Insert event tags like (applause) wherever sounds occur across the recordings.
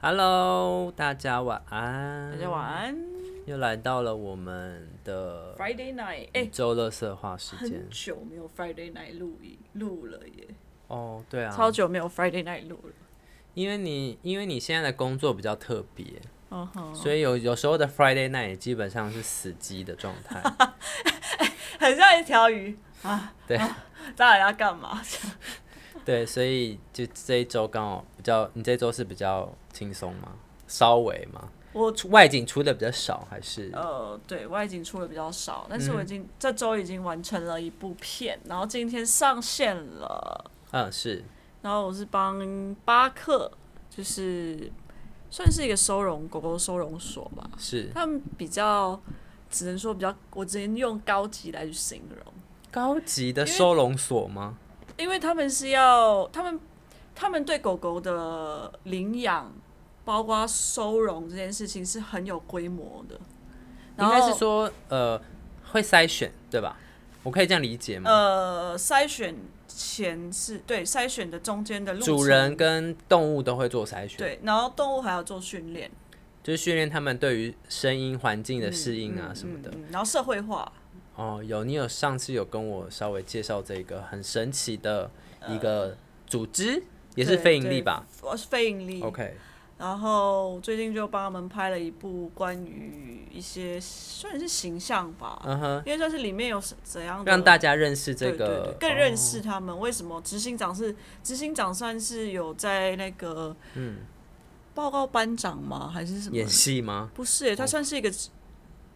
Hello，大家晚安。大家晚。安又来到了我们的，Friday night，哎、一周乐色化时间很。久没有 Friday night 录音录了耶，哦，对啊，超久没有 Friday night 录了，因为你因为你现在的工作比较特别，嗯哼，所以有有时候的 Friday night 也基本上是死机的状 (laughs) 态。很像一条鱼，对到底要干嘛？对，所以就这一周刚好比较，你这周是比较轻松吗？稍微吗？ (laughs) 我出外景出的比较少，还是呃，对外景出的比较少，但是我已经、这周已经完成了一部片，然后今天上线了，嗯是然后我是帮巴克，就是算是一个收容狗狗收容所吧，是他们比较只能说比较，我只能用高级来去形容。高级的收容所吗？因为他们是要他们他们对狗狗的领养，包括收容这件事情是很有规模的。然应后该是说呃会筛选对吧？我可以这样理解吗？呃，筛选前是对筛选的中间的路程主人跟动物都会做筛选，对，然后动物还要做训练就是训练他们对于声音环境的适应啊嗯什么的。嗯嗯然后社会化哦，有你有上次有跟我稍微介绍这个很神奇的一个组织，也是对非盈利吧对呃非盈利。 ？OK，然后最近就帮他们拍了一部关于一些算是形象吧，嗯哼，因为算是里面有怎样的让大家认识这对对对个，更认识哦他们。为什么执行长是执行长算是有在那个嗯报告班长吗？还是什么演？戏吗不是耶，哦他算是一个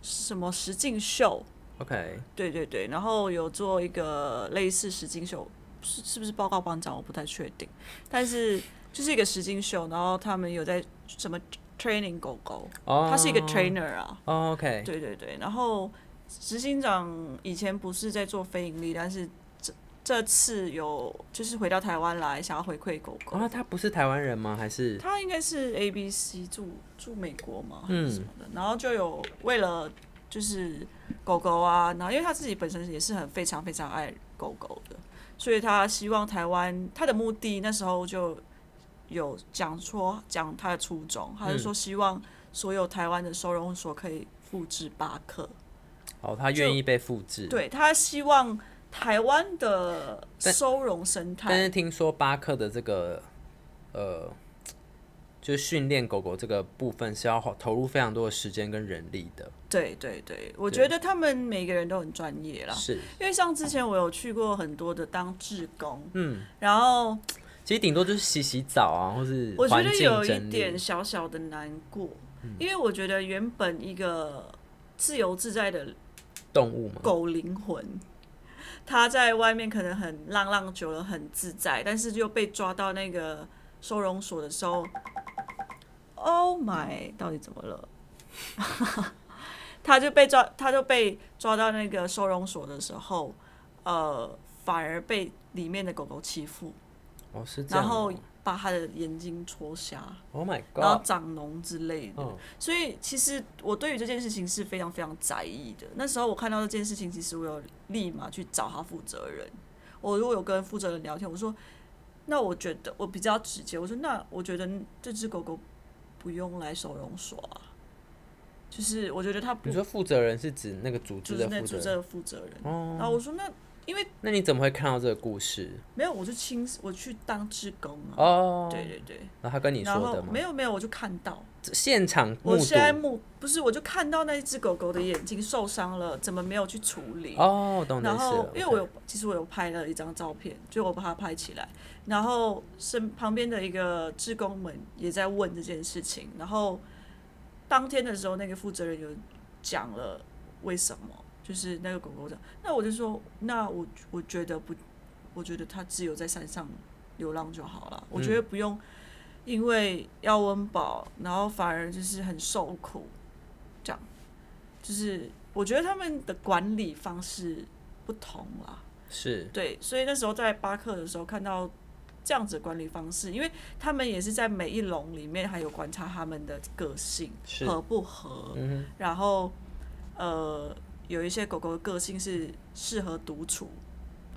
什么实境秀？ ？OK，对对对，然后有做一个类似实境秀，是是不是报告班长？我不太确定，但是就是一个实境秀，然后他们有在什么 training 狗狗，哦，他是一个 trainer 啊，哦，OK，对对对，然后执行长以前不是在做非盈利，但是这这次有就是回到台湾来，想要回馈狗狗。啊，他不是台湾人吗？还是他应该是 A B C 住住美国嘛，还嗯是什么的，然后就有为了就是狗狗啊，然后因为他自己本身也是很非常非常爱狗狗的，所以他希望台湾他的目的那时候就有讲说讲他的初衷，他就说希望所有台湾的收容所可以复制巴克，哦，他愿意被复制？，对他希望台湾的但收容生但是态，听说巴克的这个呃，就是训练狗狗这个部分是要花投入非常多的时间跟人力的，对对对，我对觉得他们每个人都很专业啦。是，因为像之前我有去过很多的当志工，嗯，然后其实顶多就是洗洗澡啊，或是我觉环得境有整一理嗯点，小小的难过，因为我觉得原本一个自由自在的动物嘛，狗灵魂，它在外面可能很浪浪久了很自在，但是就被抓到那个收容所的时候，Oh my，到底怎么了？ (laughs) 他就被抓，他就被抓到那个收容所的时候，呃，反而被里面的狗狗欺负，哦是这样然哦，后把他的眼睛戳瞎， Oh my 然后 God，长脓之类的。嗯所以其实我对于这件事情是非常非常在意的。那时候我看到这件事情，其实我有立马去找他负责人。我如果有跟负责人聊天，我说：“那我觉得我比较直接，我说那我觉得这只狗狗不用来收容所啊，就是我觉得它不你说负责人是指那个组织就是的那负主责这人，个负责人。哦然后我说那那你怎么会看到这个故事？没有，我就亲我去当志工啊。哦，对对对，然后他跟你然说后的吗没？有没有，我就看到。这现场目我现在睹，目不是，我就看到那一只狗狗的眼睛受伤了，怎么没有去处理？哦，我懂你的然意思后了，因为 OK 我有其实我有拍了一张照片，就我把它拍起来，然后身旁边的一个志工们也在问这件事情，然后当天的时候，那个负责人有讲了为什么，就是那个狗狗讲，那我就说，那我我觉得不，我觉得它自由在山上流浪就好了，我觉嗯得不用。因为要温饱，然后反而就是很受苦，这样，就是我觉得他们的管理方式不同啦。是对，所以那时候在巴克的时候看到这样子的管理方式，因为他们也是在每一笼里面还有观察他们的个性是合不合，嗯然后呃有一些狗狗的个性是适合独处，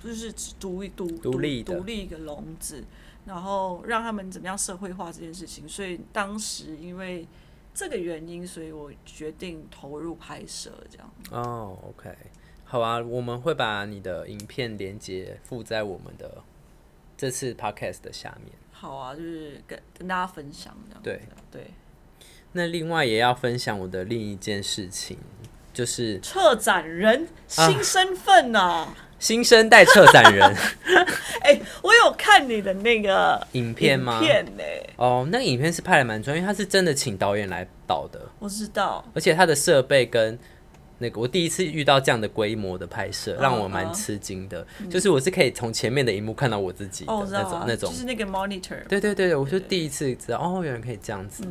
就是独一独独立的独立一个笼子，然后让他们怎么样社会化这件事情。所以当时因为这个原因，所以我决定投入拍摄这样。哦，OK、o k 好啊，我们会把你的影片连接附在我们的这次 podcast 的下面。好啊，就是跟跟大家分享这样子啊。对那另外也要分享我的另一件事情，就是策展人新身份呐、新生代策展 (laughs) 人哎、我有看你的那个影片吗？片呢、哦，那个影片是拍的蛮专业，因为他是真的请导演来导的，我知道。而且他的设备跟那个我第一次遇到这样的规模的拍摄，让我嗯蛮吃惊的。就是我是可以从前面的荧幕看到我自己的哦，我知道那种啊，那种就，是那个 monitor。对对对对，我就对第一次知道哦，原来可以这样子。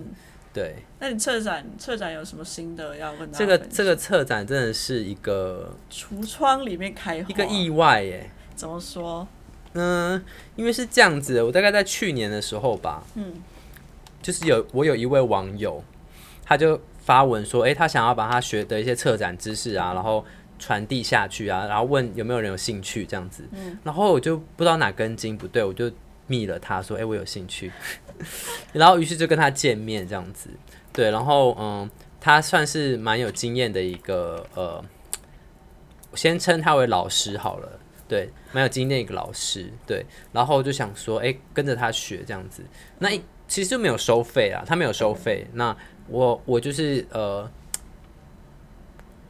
对，那你策展策展有什么新的要跟大这家个分享这个策展真的是一个橱窗里面开花一个意外耶。怎么说？嗯，因为是这样子的，我大概在去年的时候吧，嗯，就是有我有一位网友，他就发文说，诶，他想要把他学的一些策展知识啊，然后传递下去啊，然后问有没有人有兴趣这样子，嗯，然后我就不知道哪根筋不对，我就密了他说，诶，我有兴趣， (laughs) 然后于是就跟他见面这样子，对，然后嗯，他算是蛮有经验的一个呃，先称他为老师好了。对，蛮有经验的一个老师，对，然后就想说，哎、跟着他学这样子，那一其实就没有收费啊，他没有收费，那我我就是呃，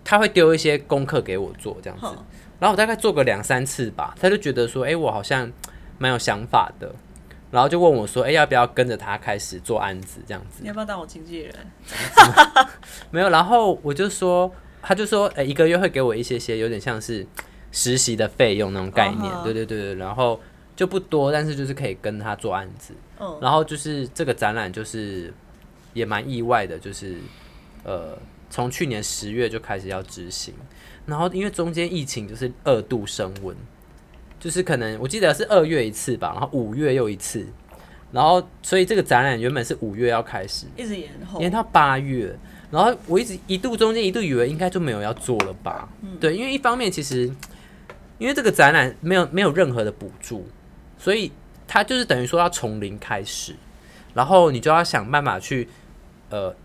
他会丢一些功课给我做这样子，哼，然后我大概做个两三次吧，他就觉得说，哎、我好像蛮有想法的，然后就问我说，哎、要不要跟着他开始做案子这样子？你要不要当我经纪人？没有，然后我就说，他就说，呃，一个月会给我一些些，有点像是实习的费用那种概念啊哈对对对对，然后就不多，但是就是可以跟他做案子，嗯，然后就是这个展览就是也蛮意外的，就是呃，从去年十月就开始要执行，然后因为中间疫情就是二度升温，就是可能我记得是二月一次吧，然后五月又一次，然后所以这个展览原本是五月要开始。一直延后延。到八月，然后我一直一度中间一度以为应该就没有要做了吧？对，因为一方面其实因为这个展览没有没有任何的补助，所以它就是等于说要从零开始，然后你就要想办法去呃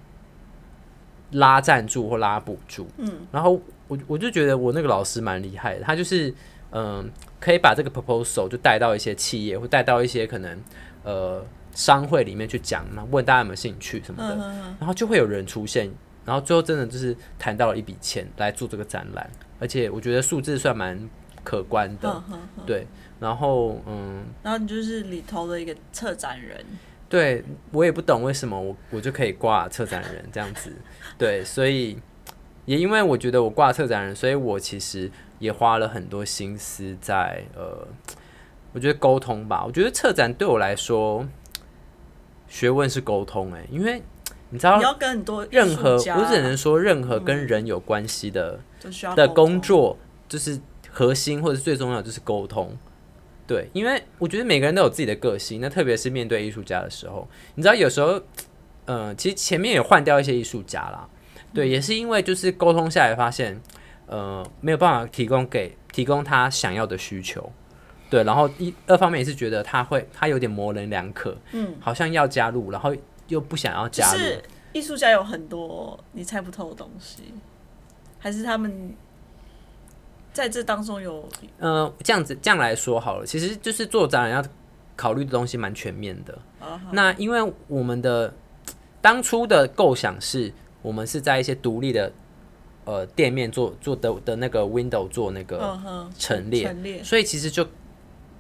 拉赞助或拉补助。嗯，然后我我就觉得我那个老师蛮厉害的，他就是嗯、可以把这个 proposal 就带到一些企业或带到一些可能呃商会里面去讲，然后问大家有没有兴趣什么的，然后就会有人出现，然后最后真的就是谈到了一笔钱来做这个展览，而且我觉得数字算蛮可观的，哼哼哼对，然后嗯。然后你就是里头的一个策展人，对我也不懂为什么我我就可以挂策展人这样子，对，所以也因为我觉得我挂策展人，所以我其实也花了很多心思在呃，我觉得沟通吧，我觉得策展对我来说，学问是沟通、欸，哎，因为你知道你要跟很多艺术任何，家我只能说任何跟人有关系的就需要的沟工通，作，就是核心或者最重要的就是沟通。对，因为我觉得每个人都有自己的个性，那特别是面对艺术家的时候，你知道有时候，呃，其实前面也换掉一些艺术家啦，嗯对，也是因为就是沟通下来发现，呃，没有办法提供给提供他想要的需求，对，然后一二方面也是觉得他会他有点模棱两可，嗯，好像要加入，然后又不想要就加入，是艺术家有很多你猜不透的东西，还是他们在这当中有呃，这样子这样来说好了，其实就是做展览要考虑的东西蛮全面的。啊哈那因为我们的当初的构想是，我们是在一些独立的呃店面做做的的那个 window 做那个嗯哼呃陈列，陈列，所以其实就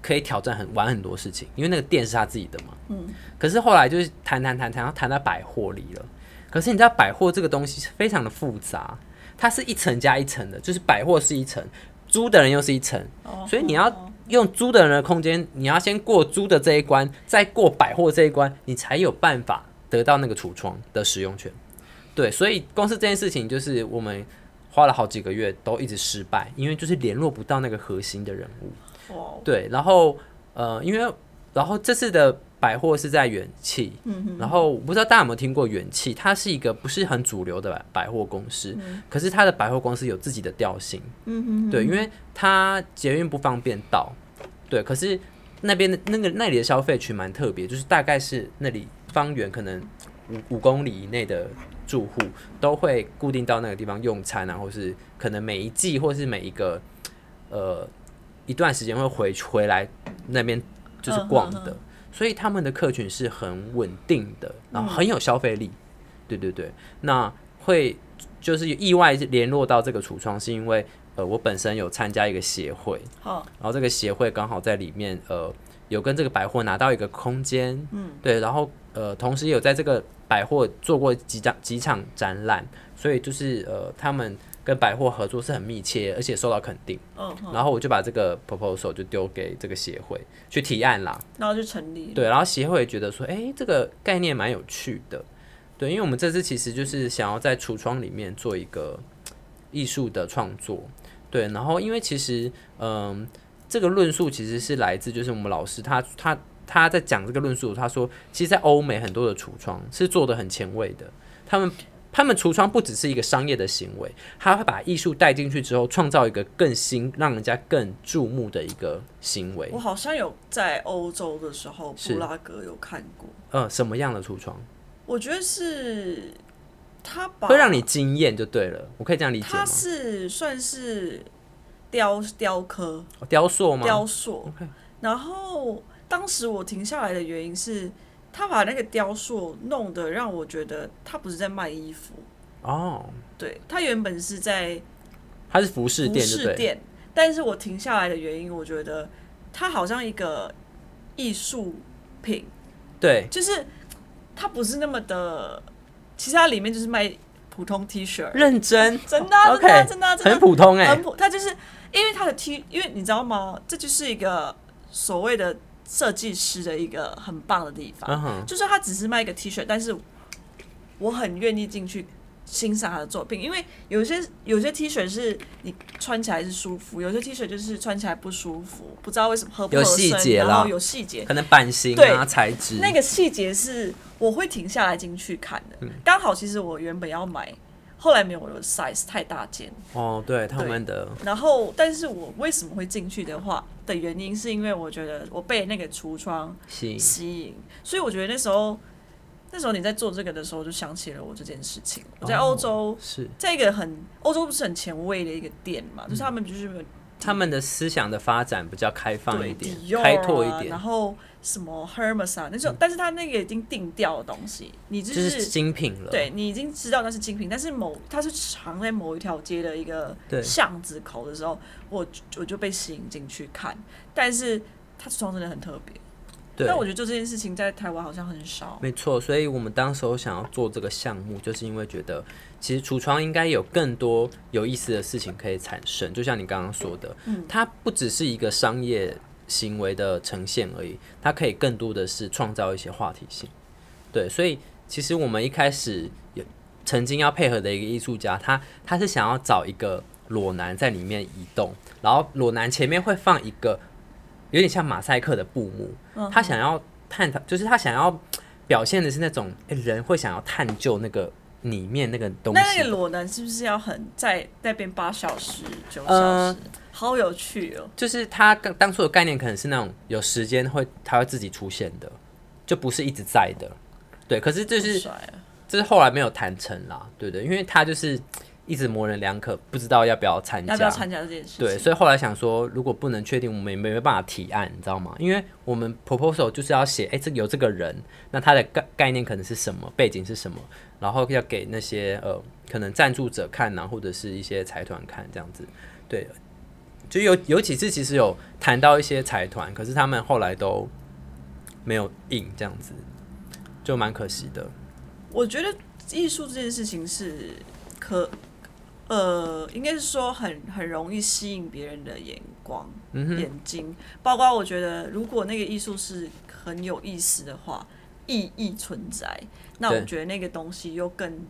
可以挑战很玩很多事情，因为那个店是他自己的嘛。嗯。可是后来就是谈谈谈谈，然后谈到百货里了。可是你知道百货这个东西是非常的复杂，它是一层加一层的，就是百货是一层，租的人又是一层，哦所以你要用租的人的空间，你要先过租的这一关，再过百货这一关，你才有办法得到那个橱窗的使用权。对，所以光是这件事情，就是我们花了好几个月都一直失败，因为就是联络不到那个核心的人物。哇，对，然后呃，因为然后这次的百货是在元气，嗯、然后我不知道大家有没有听过元气，它是一个不是很主流的百百货公司，可是它的百货公司有自己的调性，嗯对，因为它捷运不方便到，对，可是那边的那个那里的消费群蛮特别，就是大概是那里方圆可能五五公里以内的住户都会固定到那个地方用餐啊，或是可能每一季或是每一个呃一段时间会回回来那边就是逛的，所以他们的客群是很稳定的，然后很有消费力。对对对，那会就是意外联络到这个橱窗，是因为呃我本身有参加一个协会，好，然后这个协会刚好在里面，呃，有跟这个百货拿到一个空间，嗯，对，然后呃，同时也有在这个百货做过几场几场展览，所以就是呃，他们跟百货合作是很密切，而且受到肯定。嗯，然后我就把这个 proposal 就丢给这个协会去提案啦，然后就成立。对，然后协会也觉得说，哎，这个概念蛮有趣的，对，因为我们这次其实就是想要在橱窗里面做一个艺术的创作，对，然后因为其实，嗯，这个论述其实是来自就是我们老师他他他在讲这个论述，他说，其实，在欧美很多的橱窗是做的很前卫的，他们。他们橱窗不只是一个商业的行为，他会把艺术带进去之后，创造一个更新、让人家更注目的一个行为。我好像有在欧洲的时候，是布拉格有看过，呃，什么样的橱窗？我觉得是他把会让你惊艳就对了，我可以这样理解吗他？是算是雕雕刻哦雕塑吗？雕塑，然后当时我停下来的原因是。他把那个雕塑弄得让我觉得他不是在卖衣服，哦，对他原本是在它是服饰不店，对不是对？店，但是我停下来的原因，我觉得它好像一个艺术品，对，就是它不是那么的，其实它里面就是卖普通 T 恤，认真，真的啊、 OK，真的啊、真的啊、真的很啊、普通哎、很普，它就是因为它的 T，因为你知道吗？这就是一个所谓的设计师的一个很棒的地方，嗯哼，就是他只是卖一个 T 恤，但是我很愿意进去欣赏他的作品，因为有些有些 T 恤是你穿起来是舒服，有些 T 恤就是穿起来不舒服，不知道为什么合不合有细身，节啦然后有细节。可能版型啊、对材质，那个细节是我会停下来进去看的。嗯刚好其实我原本要买，后来没有我的 size 太大件，哦，对，他们的然后但是我为什么会进去的话的原因是因为我觉得我被那个橱窗吸引，吸引。所以我觉得那时候，那时候你在做这个的时候，就想起了我这件事情。我在欧洲，是在一个很欧洲不是很前卫的一个店嘛，就是他们就是有他们的思想的发展比较开放一对点，迪奥开拓一啊，点然，后什么 Hermes 啊那种，但是他那个已经定调的东西，你嗯就就是是。精品了。对你已经知道那是精品，但是某它是藏在某一条街的一个对巷子口的时候，我我就被吸引进去看。但是它橱窗真的很特别，对但我觉得做这件事情在台湾好像很少。没错，所以我们当时候想要做这个项目，就是因为觉得其实橱窗应该有更多有意思的事情可以产生，就像你刚刚说的，它不只是一个商业行为的呈现而已，它可以更多的是创造一些话题性。对，所以其实我们一开始也曾经要配合的一个艺术家，他他是想要找一个裸男在里面移动，然后裸男前面会放一个有点像马赛克的布幕，嗯他想要探讨，就是他想要表现的是那种、诶人会想要探究那个里面那个东那那西个。裸男是不是要很在那边八小时、九小时？呃好有趣哦！就是他刚当初的概念可能是那种有时间会他会自己出现的，就不是一直在的。对，可是就好是帅啊这是后来没有谈成啦，对对，因为他就是一直模棱两可，不知道要不要参加。要不要参加这件事情？对，所以后来想说，如果不能确定，我们也没办法提案，你知道吗？因为我们 proposal 就是要写，哎、这个有这个人，那他的概概念可能是什么，背景是什么，然后要给那些呃可能赞助者看呐、或者是一些财团看这样子。对，就有有几次其实有谈到一些财团，可是他们后来都没有应这样子，就蛮可惜的。我觉得艺术这件事情是可，呃，应该是说很很容易吸引别人的眼光、眼睛。包括我觉得，如果那个艺术是很有意思的话，意义存在，那我对觉得那个东西又更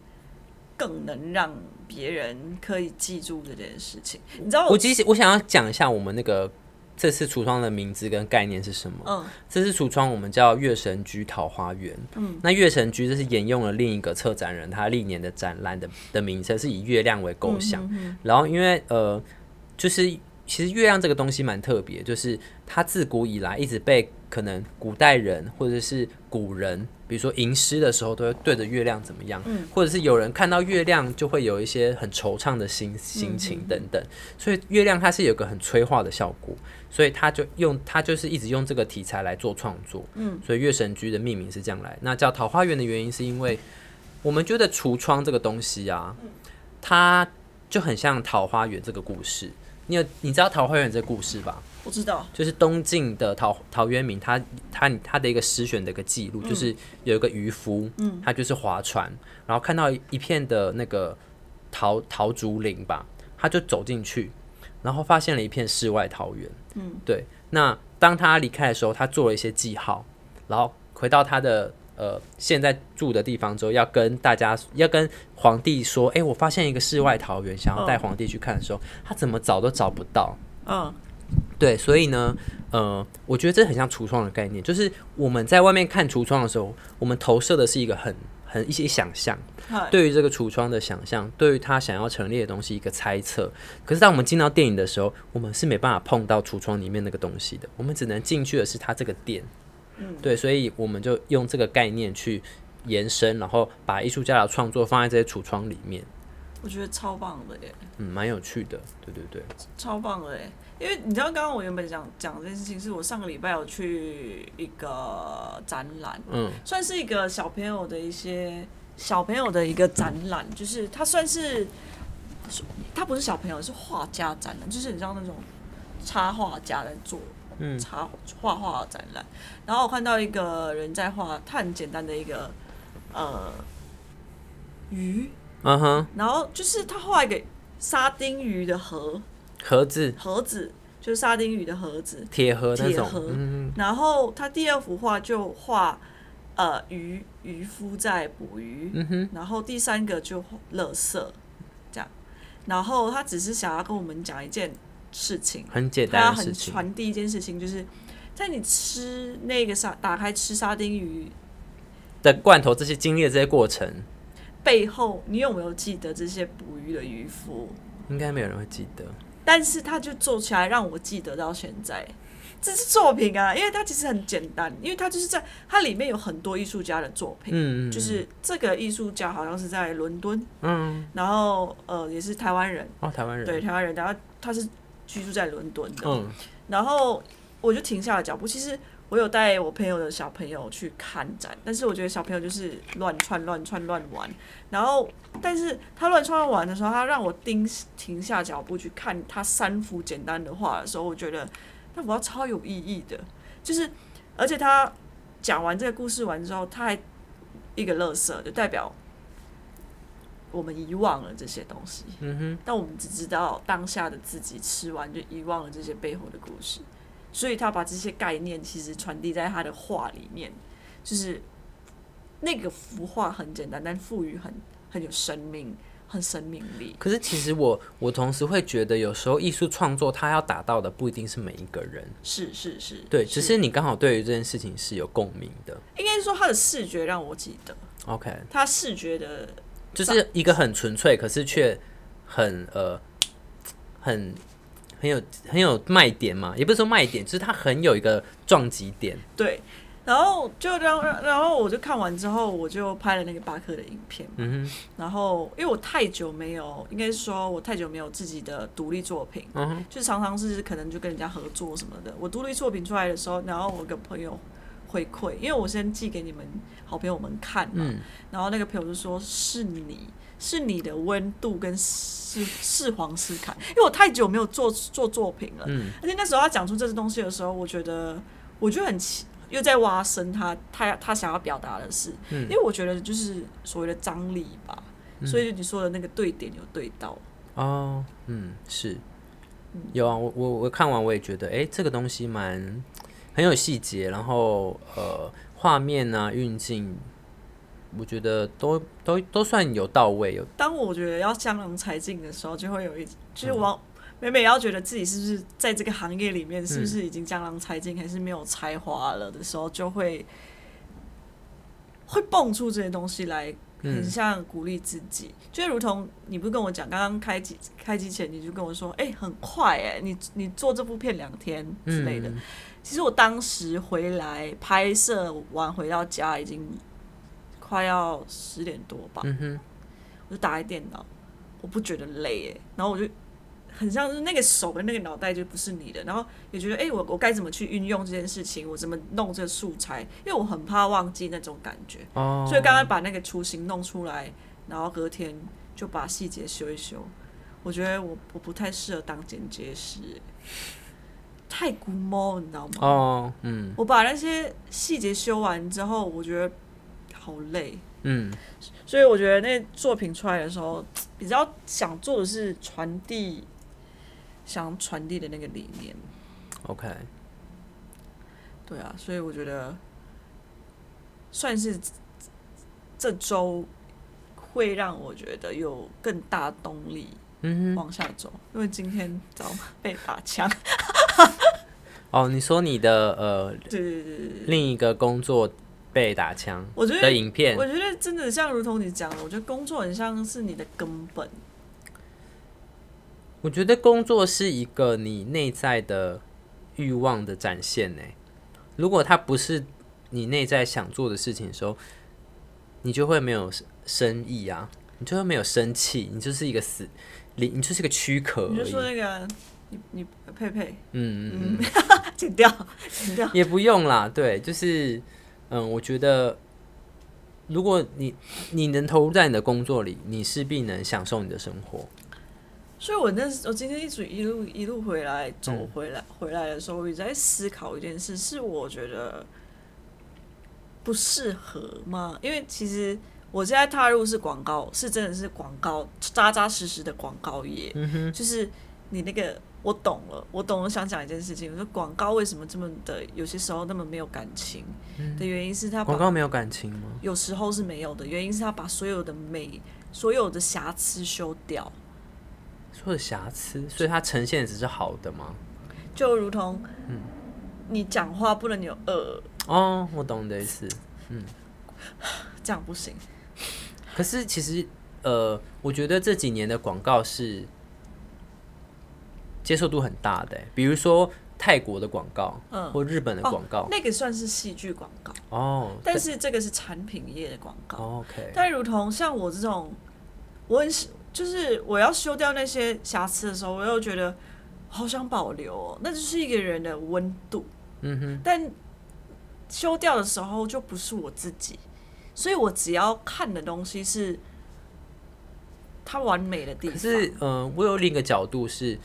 更能让别人可以记住这件事情。你知道我我其实我想要讲一下我们那个这次橱窗的名字跟概念是什么。嗯，这次橱窗我们叫月神居桃花源。嗯，那月神居这是沿用了另一个策展人他历年嗯的展览的的名称，是以月亮为构想。然后因为呃，就是其实月亮这个东西蛮特别，就是它自古以来一直被可能古代人或者是古人，比如说吟诗的时候，都会对着月亮怎么样，或者是有人看到月亮就会有一些很惆怅的心心情等等。所以月亮它是有个很催化的效果，所以它就用它就是一直用这个题材来做创作。嗯，所以月神居的命名是这样来。那叫桃花源的原因是因为我们觉得橱窗这个东西啊，它就很像桃花源这个故事。你有你知道桃花源这个故事吧？嗯我知道，就是东晋的陶陶渊明他他他的一个诗选的一个记录，就是有一个渔夫，嗯，他就是划船，然后看到一片的那个桃桃竹林吧，他就走进去，然后发现了一片世外桃源，嗯，对。那当他离开的时候，他做了一些记号，然后回到他的呃现在住的地方之后，要跟大家要跟皇帝说，哎、我发现一个世外桃源，想要带皇帝去看的时候，他怎么找都找不到，嗯，对，所以呢，呃，我觉得这很像橱窗的概念，就是我们在外面看橱窗的时候，我们投射的是一个很很一些想象，嗨，对于这个橱窗的想象，对于他想要陈列的东西一个猜测。可是当我们进到电影的时候，我们是没办法碰到橱窗里面那个东西的，我们只能进去的是它这个店。嗯对，所以我们就用这个概念去延伸，然后把艺术家的创作放在这些橱窗里面，我觉得超棒的耶，嗯，蛮有趣的。对对对，超棒的耶！因为你知道，刚刚我原本想讲这件事情，是我上个礼拜有去一个展览，嗯，算是一个小朋友的一些小朋友的一个展览，就是它算是，它不是小朋友，是画家展览，就是你知道那种插画家在做，嗯插画画的展览。然后我看到一个人在画，他很简单的一个呃鱼，嗯哼，然后就是他画一个沙丁鱼的盒盒子、盒子，就是沙丁鱼的盒子，铁盒呃那铁种盒，嗯，然后他第二幅画就画呃渔渔夫在捕鱼，嗯然后第三个就画垃圾这样，然后他只是想要跟我们讲一件事情，很简他要单的事很情。传递一件事情，就是在你吃那个沙打开吃沙丁鱼的罐头这些经历的这些过程，背后，你有没有记得这些捕鱼的渔夫？应该没有人会记得。但是他就做起来让我记得到现在。这是作品啊，因为它其实很简单，因为它就是在它里面有很多艺术家的作品，嗯，嗯就是这个艺术家好像是在伦敦，嗯，然后呃也是台湾人，哦，台湾人，对，台湾人，然后他是居住在伦敦的，嗯然后我就停下了脚步。其实我有带我朋友的小朋友去看展，但是我觉得小朋友就是乱窜、乱窜、乱玩。然后，但是他乱窜乱玩的时候，他让我盯停下脚步去看他三幅简单的画的时候，我觉得那幅画超有意义的。就是，而且他讲完这个故事完之后，他还一个乐色，就代表。我们遗忘了这些东西，嗯但我们只知道当下的自己吃完就遗忘了这些背后的故事，所以他把这些概念其实传递在他的画里面，就是那个幅画很简单，但赋予很很有生命，很生命力哼。。可是其实我我同时会觉得，有时候艺术创作它要达到的不一定是每一个人，是是是，对，只是你刚好对于这件事情是有共鸣的。应该是说他的视觉让我记得， OK，他视觉的就是一个很纯粹，可是却很呃很很有很有卖点嘛，也不是说卖点，就是它很有一个撞击点。对，然后就让让然后我就看完之后，我就拍了那个巴克的影片嘛。嗯然后因为我太久没有，应该是说我太久没有自己的独立作品，嗯哼就常常是可能就跟人家合作什么的。我独立作品出来的时候，然后我跟朋友回馈，因为我先寄给你们好朋友们看嘛，嗯然后那个朋友就说是你。是你的温度跟是是黄是凯，因为我太久没有做做作品了，嗯而且那时候他讲出这些东西的时候，我觉得我就很奇，又在挖深他他他想要表达的事，嗯因为我觉得就是所谓的张力吧，所以你说的那个对点有对到，哦，嗯，是，有啊，我我我看完我也觉得，哎、这个东西蛮很有细节，然后呃，画面啊、运镜，我觉得都都都算有到位，有当我觉得要江郎才尽的时候，就会有一就是往每每要觉得自己是不是在这个行业里面是不是已经江郎才尽，还是没有才华了的时候，就会会蹦出这些东西来嗯很像鼓励自己，就如同你不是跟我讲，刚刚开机开机前你就跟我说，哎、很快哎、你你做这部片两天嗯之类的。其实我当时回来拍摄完回到家已经快要十点多吧，嗯哼，我就打开电脑，我不觉得累哎，然后我就很像是那个手跟那个脑袋就不是你的，然后也觉得哎、诶我我该怎么去运用这件事情，我怎么弄这个素材，因为我很怕忘记那种感觉，哦，所以刚刚把那个雏形弄出来，然后隔天就把细节修一修。我觉得我我不太适合当剪接师欸，太古猫，你知道吗？哦，嗯我把那些细节修完之后，我觉得好累，嗯所以我觉得那作品出来的时候，比较想做的是传递，想传递的那个理念。 ，OK，对啊，所以我觉得算是这这周会让我觉得有更大动力嗯哼，往下走，因为今天早 (laughs) 被打枪。哦，你说你的呃对对对对对，另一个工作被打枪我觉的得影片我，觉得真的像如同你讲的，我觉得工作很像是你的根本。我觉得工作是一个你内在的欲望的展现呢。如果它不是你内在想做的事情的时候，你就会没有生生意啊，你就会没有生气，你就是一个死，你你就是个躯壳你而已。就嗯说那个你你佩佩啊嗯嗯嗯。剪掉剪掉，也不用啦，对，就是，嗯，我觉得，如果你你能投入在你的工作里，你势必能享受你的生活。所以我那时我今天一直一路一路回来走回来、回来的时候，我一直在思考一件事，是我觉得不适合吗？因为其实我现在踏入是广告，是真的是广告扎扎实实的广告业，嗯就是你那个。我懂了，我懂了。想讲一件事情，我说广告为什么这么的，有些时候那么没有感情的原因是他嗯把广告没有感情吗？有时候是没有的，原因是他把所有的美、所有的瑕疵修掉。说的瑕疵，所以它呈现只是好的吗？就如同，嗯你讲话不能有呃，哦，我懂你的意思。这样不行。可是其实，呃，我觉得这几年的广告是接受度很大的欸，比如说泰国的广告，嗯或日本的广告。那个算是戏剧广告，哦，但是这个是产品业的广告。哦 OK，但如同像我这种，我很喜，就是我要修掉那些瑕疵的时候，我又觉得好想保留哦，那就是一个人的温度。嗯哼，但修掉的时候就不是我自己，所以我只要看的东西是它完美的地可方。是，嗯、我有另一个角度是，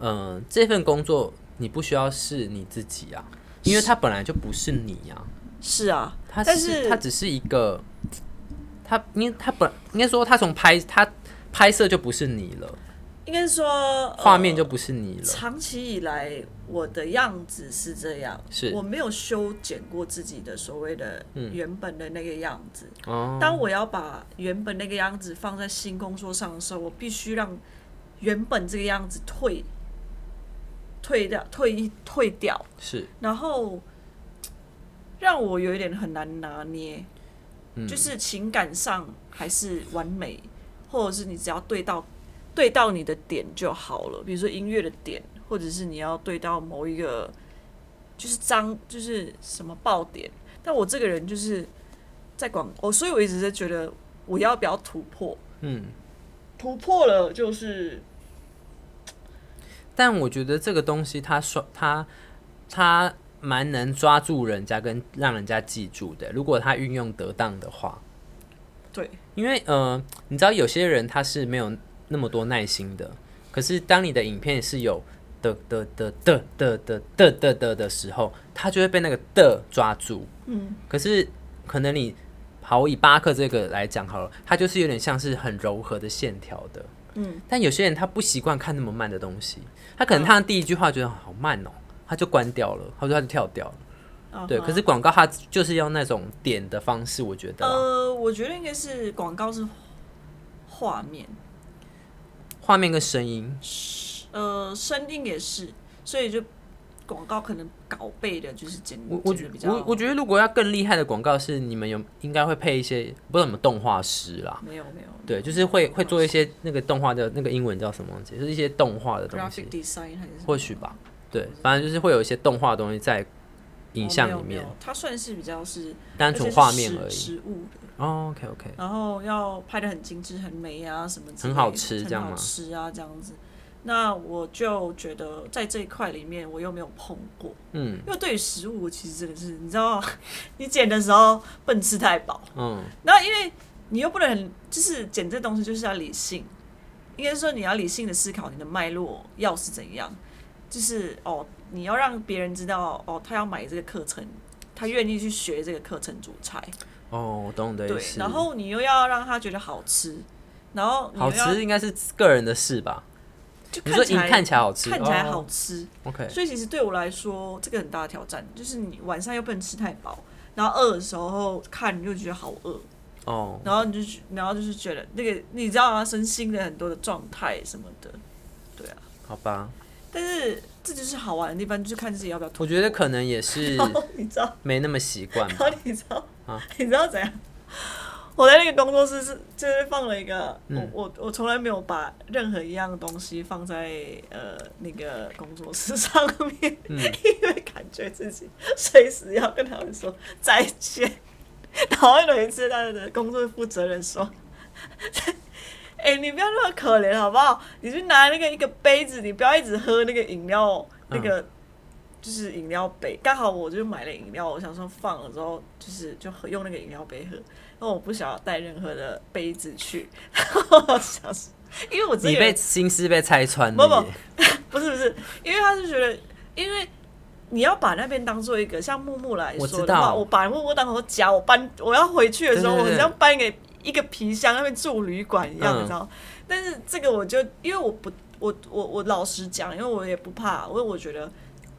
嗯、这份工作你不需要是你自己啊，因为它本来就不是你啊，是啊，它但只是它只是一个，它因为它本应该说它从拍它拍摄就不是你了，应该说画面呃就不是你了，长期以来，我的样子是这样，是嗯我没有修剪过自己的所谓的原本的那个样子。哦，当我要把原本那个样子放在新工作上的时候，我必须让原本这个样子退退掉、退一退掉，是，然后让我有一点很难拿捏，嗯，就是情感上还是完美，或者是你只要对到对到你的点就好了，比如说音乐的点，或者是你要对到某一个就是张就是什么爆点。但我这个人就是在广哦，所以我一直在觉得我要不要突破，嗯，突破了就是但我觉得这个东西它刷它它蛮能抓住人家跟让人家记住的，如果它运用得当的话，对因为呃，你知道有些人他是没有那么多耐心的，可是当你的影片是有的的的的的的的的的的时候，他就会被那个的抓住。嗯，可是可能你好我以巴克这个来讲好了，它就是有点像是很柔和的线条的。嗯，但有些人他不习惯看那么慢的东西，他可能看到第一句话觉得好慢哦、他就关掉了，他说他就跳掉了。啊对，可是广告它就是要那种点的方式，我觉得啦呃，我觉得应该是广告是画面，画面跟声音呃，声音也是，所以就广告可能稿背的就是剪我我剪觉的比较我我觉得如果要更厉害的广告是你们有应该会配一些不是什么动画师啦，没有没有对，就是会会做一些那个动画的那个英文叫什么忘记，就是一些动画的东西哦 graphic，design 还是什么或许吧。对，反正就是会有一些动画的东西在影像哦没有里面没，有它算是比较是单纯画面而而已。且是实实物的，哦，OK OK，然后要拍的很精致、很美啊什么之类的，很好吃这样吗很好吃啊这样子。那我就觉得在这一块里面我又没有碰过，嗯因为对于食物我其实真的是，你知道， (laughs) 你剪的时候不能吃太饱，嗯，然后因为你又不能很，就是剪这东西就是要理性，应该说你要理性的思考你的脉络要是怎样，就是哦，你要让别人知道哦，他要买这个课程，他愿意去学这个课程主裁，哦，我懂你的意对，思。然后你又要让他觉得好吃，然后你又好要吃应该是个人的事吧？就你说看你起来看起来好吃，看起来哦好吃， OK，所以其实对我来说，这个很大的挑战，就是你晚上又不能吃太饱，然后饿的时候看你又觉得好饿，哦，然后你就觉然后就是觉得那个你知道吗？身心的很多的状态什么的，啊好吧，但是这就是好玩的地方，就是看自己要不要我突破。觉得可能也 (laughs) 是然后你知道，没那么习惯吧 (laughs) 然。后你知道，啊你知道怎样？我在那个工作室是就是放了一个，嗯我我我从来没有把任何一样东西放在呃那个工作室上面，嗯 (laughs) 因为感觉自己随时要跟他们说再见。然后有一次，他的工作负责人说：“哎、你不要那么可怜好不好？你去拿那个一个杯子，你不要一直喝那个饮料，那个、嗯就是饮料杯。刚好我就买了饮料，我想说放了之后就是就喝用那个饮料杯喝。然后我不想要带任何的杯子去，然后我想说，因为我自己你被心思被拆穿不了不耶， (laughs) 不是不是，因为他是觉得，因为你要把那边当做一个像木木来我知说的道话，我把木木当成家，我搬我要回去的时对候，对我对很像搬给一个皮箱，那边住旅馆一样，嗯你知道？但是这个我就因为我不我我我老实讲，因为我也不怕，因为我觉得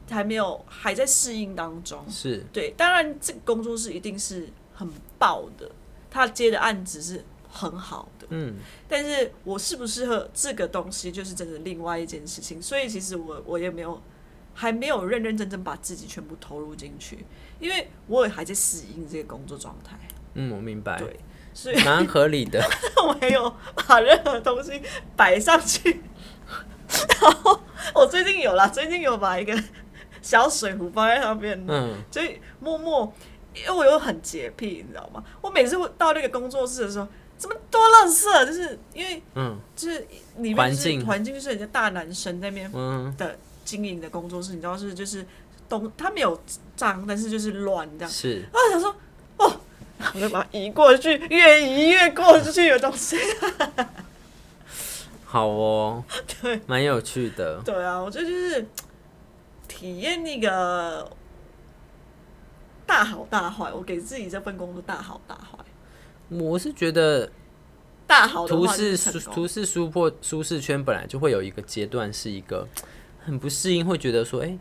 还没有还在适应当中。是对，当然这个工作室一定是很爆的，他接的案子是很好的。嗯但是我适不适合这个东西，就是真的另外一件事情。所以其实我我也没有，还没有认认真真把自己全部投入进去，因为我也还在适应这个工作状态，嗯，我明白，对所以 (laughs) 蛮合理的。我没有把任何东西摆上去。然后我最近有啦，最近有把一个小水壶放在上面， (laughs) 嗯，所以默默，因为我又很洁癖，你知道吗？我每次到那个工作室的时候，怎么多垃圾？啊就是因为。嗯就是里面环就是境环境就是人家大男生在那边嗯，的经营的工作室，你知道是就是东他没有脏，但是就是乱这样。是然后我想说，哦，我就把它移过去，越移越过去有东西。 (laughs) 好哦，对蛮有趣的。对啊，我觉得就是体验那个大好大坏，我给自己这份工作大好大坏。我是觉得大好的图话就是示成舒功图示舒破舒适圈本来就会有一个阶段是一个很不适应，会觉得说，哎、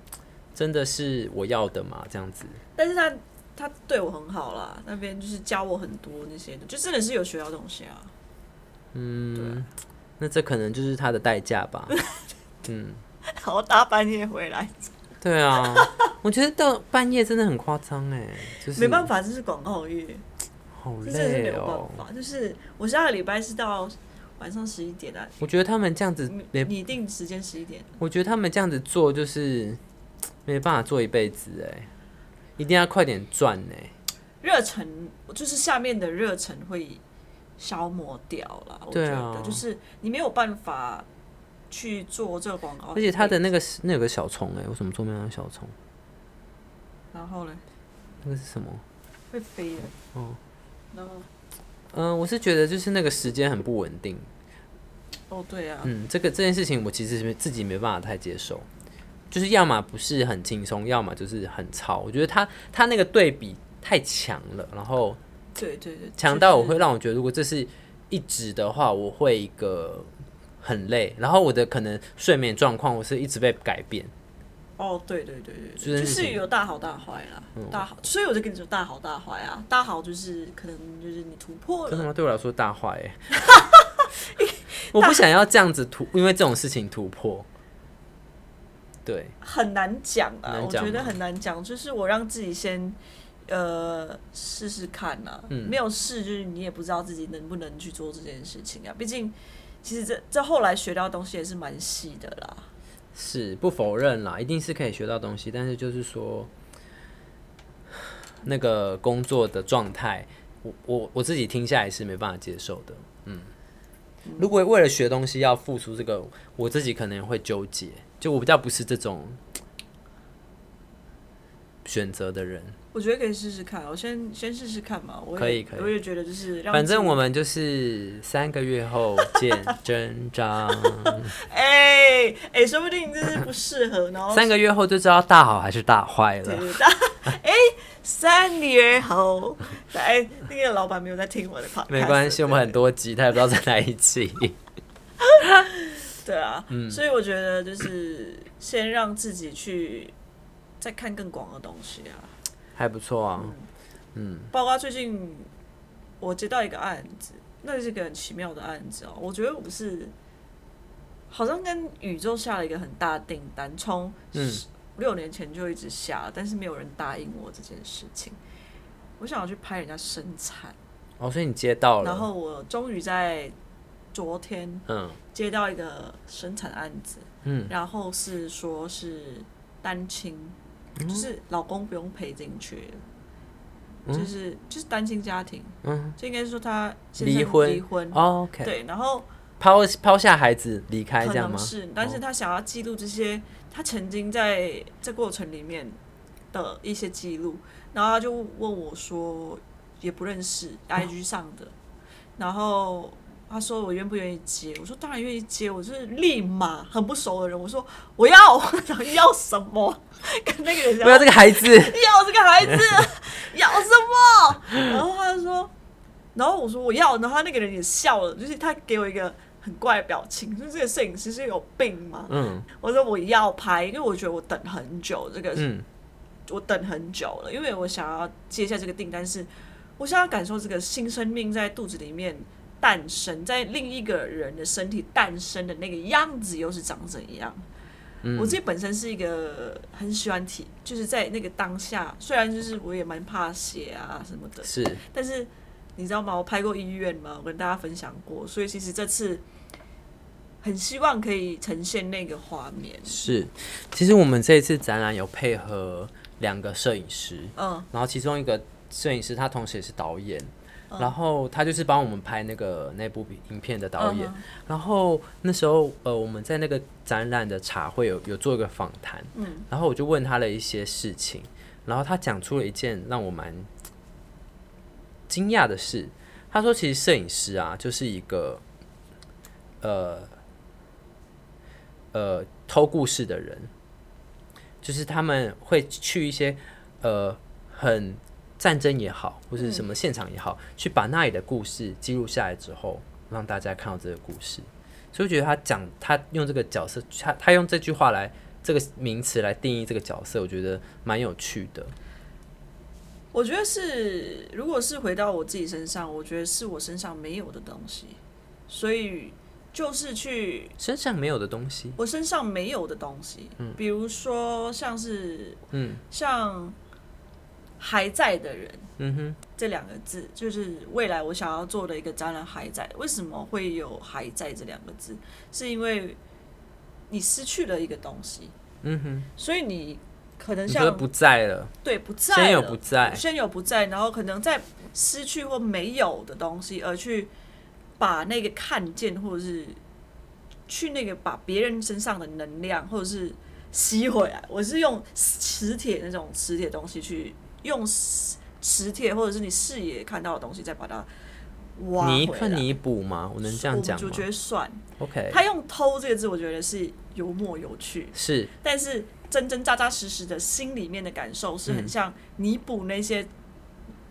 真的是我要的吗？这样子。但是他他对我很好啦，那边就是教我很多那些的，就真的是有学到东 (laughs) 西啊。嗯，那这可能就是它的代价吧。嗯，然后大半夜回来，对啊，我觉得到半夜真的很夸张哎，就是没办法，法，这是广告业，好这真的是没累有哦、办法。就是我下个礼拜是到晚上十一点啊，我觉得他们这样子没，拟定时间十一点，我觉得他们这样子做就是没办法做一辈子哎，一定要快点赚哎。热忱就是下面的热忱会消磨掉了。我觉对得、啊就是你没有办法去做这个广告，而且它的那个是那有个小虫哎，我怎么做没有那个小虫？然后呢那个是什么？会飞的，哦，然后嗯，我是觉得就是那个时间很不稳定。哦对啊，嗯，这个这件事情我其实是自己没办法太接受，就是要么不是很轻松，要么就是很糙。我觉得他他那个对比太强了，然后对对对，强到我就是会让我觉得，如果这是一直的话，我会一个很累，然后我的可能睡眠状况我是一直被改变。哦，对对对对，这件就事情是有大好大坏啦，嗯大好，所以我就跟你说大好大坏啊，大好就是可能就是你突破真的了，吗？对我来说大坏、欸，我不想要这样子突，因为这种事情突破。对，很难讲啊，难我讲觉得吗很难讲。就是我让自己先呃试试看啊，嗯没有试就是你也不知道自己能不能去做这件事情啊。毕竟其实这这后来学到的东西也是蛮细的啦。是不否认啦，一定是可以学到东西，但是就是说，那个工作的状态，我我我自己听下来是没办法接受的。嗯，如果为了学东西要付出这个，我自己可能会纠结，就我比较不是这种选择的人。我觉得可以试试看，我先先试试看嘛。我也可以可以我也觉得就是让反自正己我们就是三个月后见真 (laughs) 章，哎哎、说不定就是不适合，然后三个啊月后就知道大好还是大坏了。哦对大哎、三年后，哎，那个老板没有在听我的 podcast，没关系，我们很对多集，他也不知道在哪一 (laughs) 集。对啊，所以我觉得就是先让自己去再看更广的东西啊，还不错啊，嗯包括最近我接到一个案子，那是一个很奇妙的案子哦，我觉得我是好像跟宇宙下了一个很大的订单，从嗯六年前就一直下，但是没有人答应我这件事情。我想要去拍人家生产，哦，所以你接到了，然后我终于在昨天嗯，接到一个生产案子，嗯，然后是说是单亲，嗯就是老公不用赔进去，嗯就是就是单亲家庭，嗯，就应该是说他先生离婚离婚，哦，OK，对，然后抛抛下孩子离开可这样吗哦能？是，但是他想要记录这些他曾经在这过程里面的一些记录，然后他就问我说，也不认识哦 IG 上的，然后他说我愿不愿意接，我说当然愿意接，我就是立马很不熟的人，我说我要， (laughs) 然后要什么？ (laughs) 跟那个人不要这个孩子， (laughs) (laughs) 要这个孩子， (laughs) 要什么？然后他就说，然后我说我要，然后他那个人也笑了，就是他给我一个很怪的表情，就是这个摄影师是有病吗？嗯我说我要拍，因为我觉得我等很久，这个、嗯，我等很久了，因为我想要接下这个订单是，我想要感受这个新生命在肚子里面。诞生在另一个人的身体诞生的那个样子又是长怎样？我自己本身是一个很喜欢体，就是在那个当下，虽然就是我也蛮怕血啊什么的，是但是你知道吗？我拍过医院嘛，我跟大家分享过，所以其实这次很希望可以呈现那个画面。是。其实我们这一次展览有配合两个摄影师，嗯，然后其中一个摄影师他同时也是导演，嗯然后他就是帮我们拍那个那部影片的导嗯演。然后那时候呃我们在那个展览的茶会有有做一个访谈，嗯，然后我就问他了一些事情，然后他讲出了一件让我蛮惊讶的事。他说其实摄影师啊就是一个呃呃偷故事的人，就是他们会去一些呃很战争也好，或是什么现场也好，去把那里的故事记录下来之后，让大家看到这个故事。所以我觉得他讲他用这个角色，他他用这句话来这个名词来定义这个角色，我觉得蛮有趣的。我觉得是，如果是回到我自己身上，我觉得是我身上没有的东西，所以就是去身上没有的东西，我身上没有的东西，比如说像是，嗯，像还在的人嗯哼，这两个字，就是未来我想要做的一个展览还在。为什么会有还在这两个字？是因为你失去了一个东西，嗯哼，所以你可能你说像不在了，对不在了先有不在，先有不在，然后可能在失去或没有的东西，而去把那个看见，或者是去那个把别人身上的能量，或者是吸回来。我是用磁铁那种磁铁东西去用磁磁铁，或者是你视野看到的东西，再把它挖你回份来。弥补吗？我能这我样们讲主吗角算， ？OK，他用“偷”这个字，我觉得是幽默有趣。是但是真真扎扎实实的心里面的感受是嗯很像弥补那些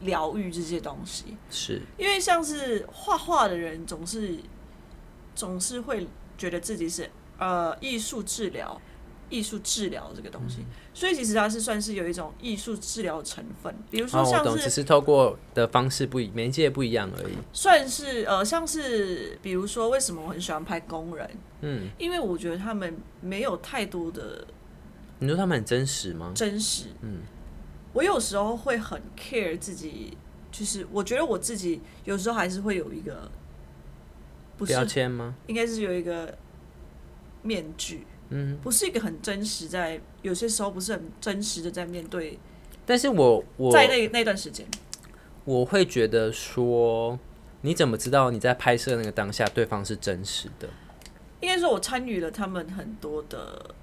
疗愈这些东西，是，因为像是画画的人总是总是会觉得自己是呃艺术治疗。艺术治疗这个东嗯西，所以其实它是算是有一种艺术治疗成分，比如说哦，我像懂，是只是透过的方式不一，媒介不一样而已。算是呃，像是比如说，为什么我很喜欢拍工人？嗯，因为我觉得他们没有太多的你说他们很真实吗？真实。嗯，我有时候会很 care 自己，就是我觉得我自己有时候还是会有一个，不是标签吗？应该是有一个面具，嗯，不是一个很真实在，有些时候不是很真实的在面对，但是我我在那那段时间，我会觉得说，你怎么知道你在拍摄那个当下对方是真实的？应该说我参与了他们很多的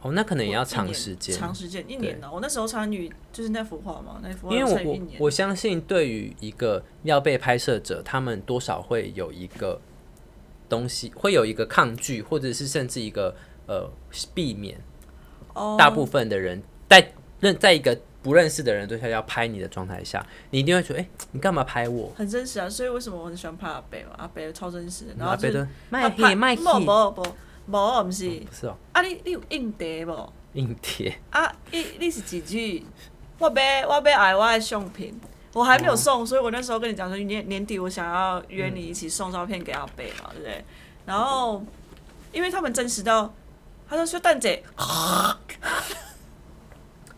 哦，那可能也要一长年时间，长时间一年啊呢、我那时候参与就是那幅画嘛，那幅画因为参与我一我年，我相信，对于一个要被拍摄者，他们多少会有一个东西，会有一个抗拒，或者是甚至一个呃避免。哦大部分的人在认在一个不认识的人对象要拍你的状态下，你一定会觉得，哎、你干嘛拍我？很真实啊，所以为什么我很喜欢拍阿北嘛？阿北超真实的，然嗯阿后贝就是的他卖拍黑卖黑，无无无无，不是不是哦，啊，你你有硬碟无？硬贴。啊，你你是几句？我要我要爱我的相片，我还没哦有送，所以我那时候跟你讲说年年底我想要约嗯你一起送照片给阿北嘛，对不对？然后因为他们真实到，他就说蛋姐，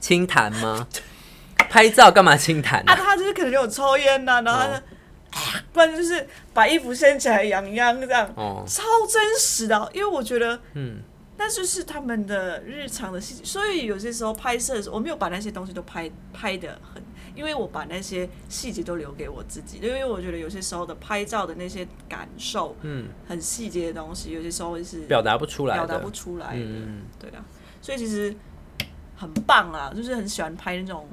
清谈吗？ (laughs) 拍照干嘛清谈、啊，啊？他就是可能有抽烟呐、哦然后他就，不然就是把衣服掀起来扬扬这样，哦，超真实的。因为我觉得，嗯，那就是他们的日常的细节，所以有些时候拍摄的时候，我没有把那些东西都拍拍的很，因为我把那些细节都留给我自己，因为我觉得有些时候的拍照的那些感受，嗯，很细节的东西，有些时候是表达不出来表的，达不出来的，嗯对啊，所以其实很棒啊，就是很喜欢拍那种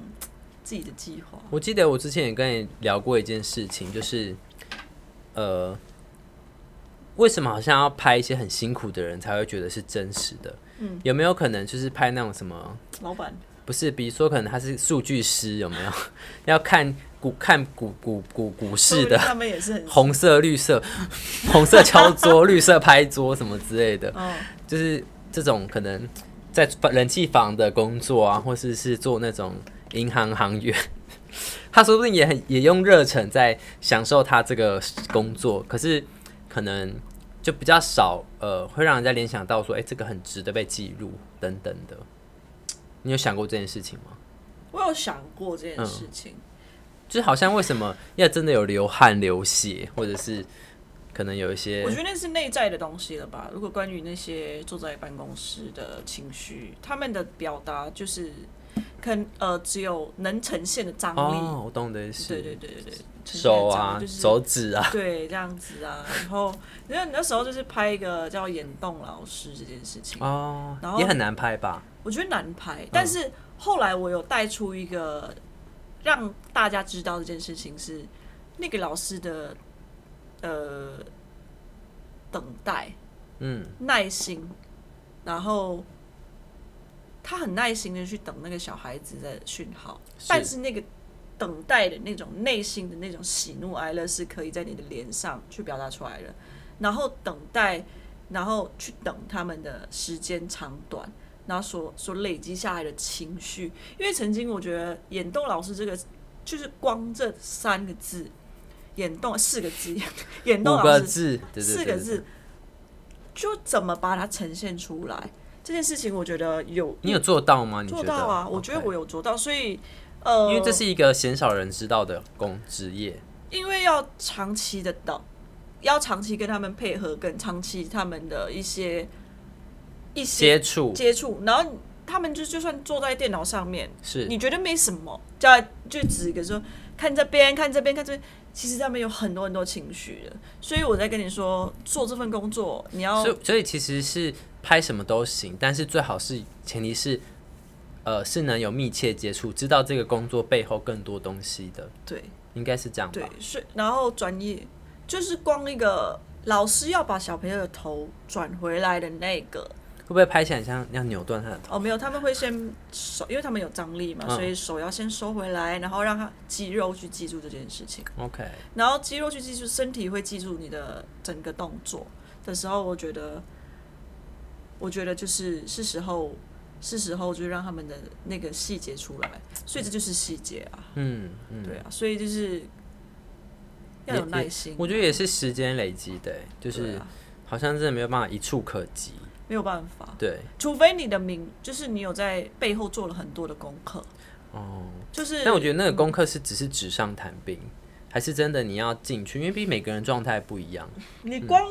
自己的计划，我记得我之前也跟你聊过一件事情，就是，呃，为什么好像要拍一些很辛苦的人才会觉得是真实的？嗯，有没有可能就是拍那种什么？老板不是，比如说可能他是数据师，有没有？ (laughs) 要看股看股股股股市的说不定他们也是很，红色、绿色、 (laughs) 红色敲桌、绿色拍桌什么之类的，嗯，就是这种可能在冷气房的工作啊，或是是做那种银行行员， (laughs) 他说不定也很也用热忱在享受他这个工作，可是可能就比较少，呃，会让人家联想到说，哎、这个很值得被记录等等的。你有想过这件事情吗？我有想过这件事情。就是好像为什么要真的有流汗流血，或者是可能有一些我觉得那是内在的东西了吧。如果关于那些坐在办公室的情绪，他们的表达就是可能呃只有能呈现的张力。哦，我懂的是对对对对对，呈现的手张啊、力就是手指啊，对这样子啊。然后因为那时候就是拍一个叫眼动老师这件事情，哦然，后也很难拍吧？我觉得难拍，但是后来我有带出一个让大家知道这件事情是那个老师的呃等待。嗯，耐心，然后他很耐心的去等那个小孩子的讯号，是但是那个等待的那种内心的那种喜怒哀乐是可以在你的脸上去表达出来的，然后等待，然后去等他们的时间长短。然后所所累积下来的情绪，因为曾经我觉得眼动老师这个就是光这三个字，眼动四个字，眼动五老个师字，对对对四个。字，就怎么把它呈现出来这件事情，我觉得有你有做到吗？你做到啊，我觉得 OK 我有做到，所以呃，因为这是一个鲜少人知道的工职业，因为要长期的等，要长期跟他们配合，跟长期他们的一些一接些触接触，然后他们就就算坐在电脑上面，是你觉得没什么，叫他就指一个说看这边，看这边，看这边。其实他们有很多很多情绪的，所以我在跟你说，做这份工作你要所以所以其实是拍什么都行，但是最好是前提是，呃，是能有密切接触，知道这个工作背后更多东西的，对应该是这样吧对？，是然后专业，就是光一个老师要把小朋友的头转回来的那个会不会拍起来很像要扭断他的头？哦，没有，他们会先手，因为他们有张力嘛，嗯所以手要先收回来，然后让他肌肉去记住这件事情， OK，然后肌肉去记住，身体会记住你的整个动作的时候，我觉得，我觉得就是是时候。是时候就让他们的那个细节出来，所以这就是细节啊，嗯嗯，对啊，所以就是要有也耐心。我觉得也是时间累积的欸，就对是啊好像真的没有办法一触可及。没有办法，对，除非你的名就是你有在背后做了很多的功课，哦。就是但我觉得那个功课是只是纸上谈兵，还是真的你要进去，因为毕竟每个人状态不一样。你嗯光、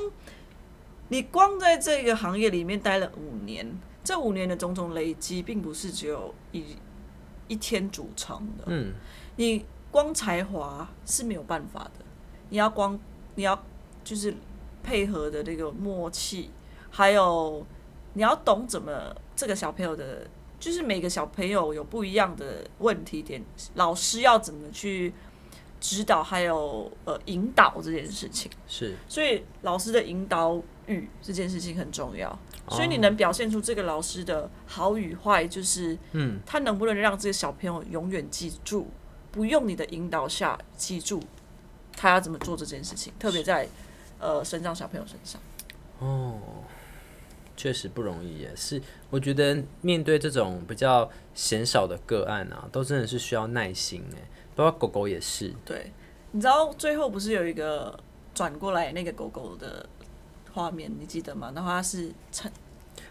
你光在这个行业里面待了五年，这五年的种种累积，并不是只有一一天组成的。嗯，你光才华是没有办法的，你要光你要就是配合的那个默契，还有你要懂怎么这个小朋友的，就是每个小朋友有不一样的问题点，老师要怎么去指导，还有呃引导这件事情。是所以老师的引导语这件事情很重要。哦所以你能表现出这个老师的好与坏，就是嗯，他能不能让这个小朋友永远记住，不用你的引导下记住他要怎么做这件事情，特别在呃生长小朋友身上。确实不容易耶。是，我觉得面对这种比较鲜少的个案啊，都真的是需要耐心哎。包括狗狗也是，对，你知道最后不是有一个转过来那个狗狗的画面，你记得吗？然后它是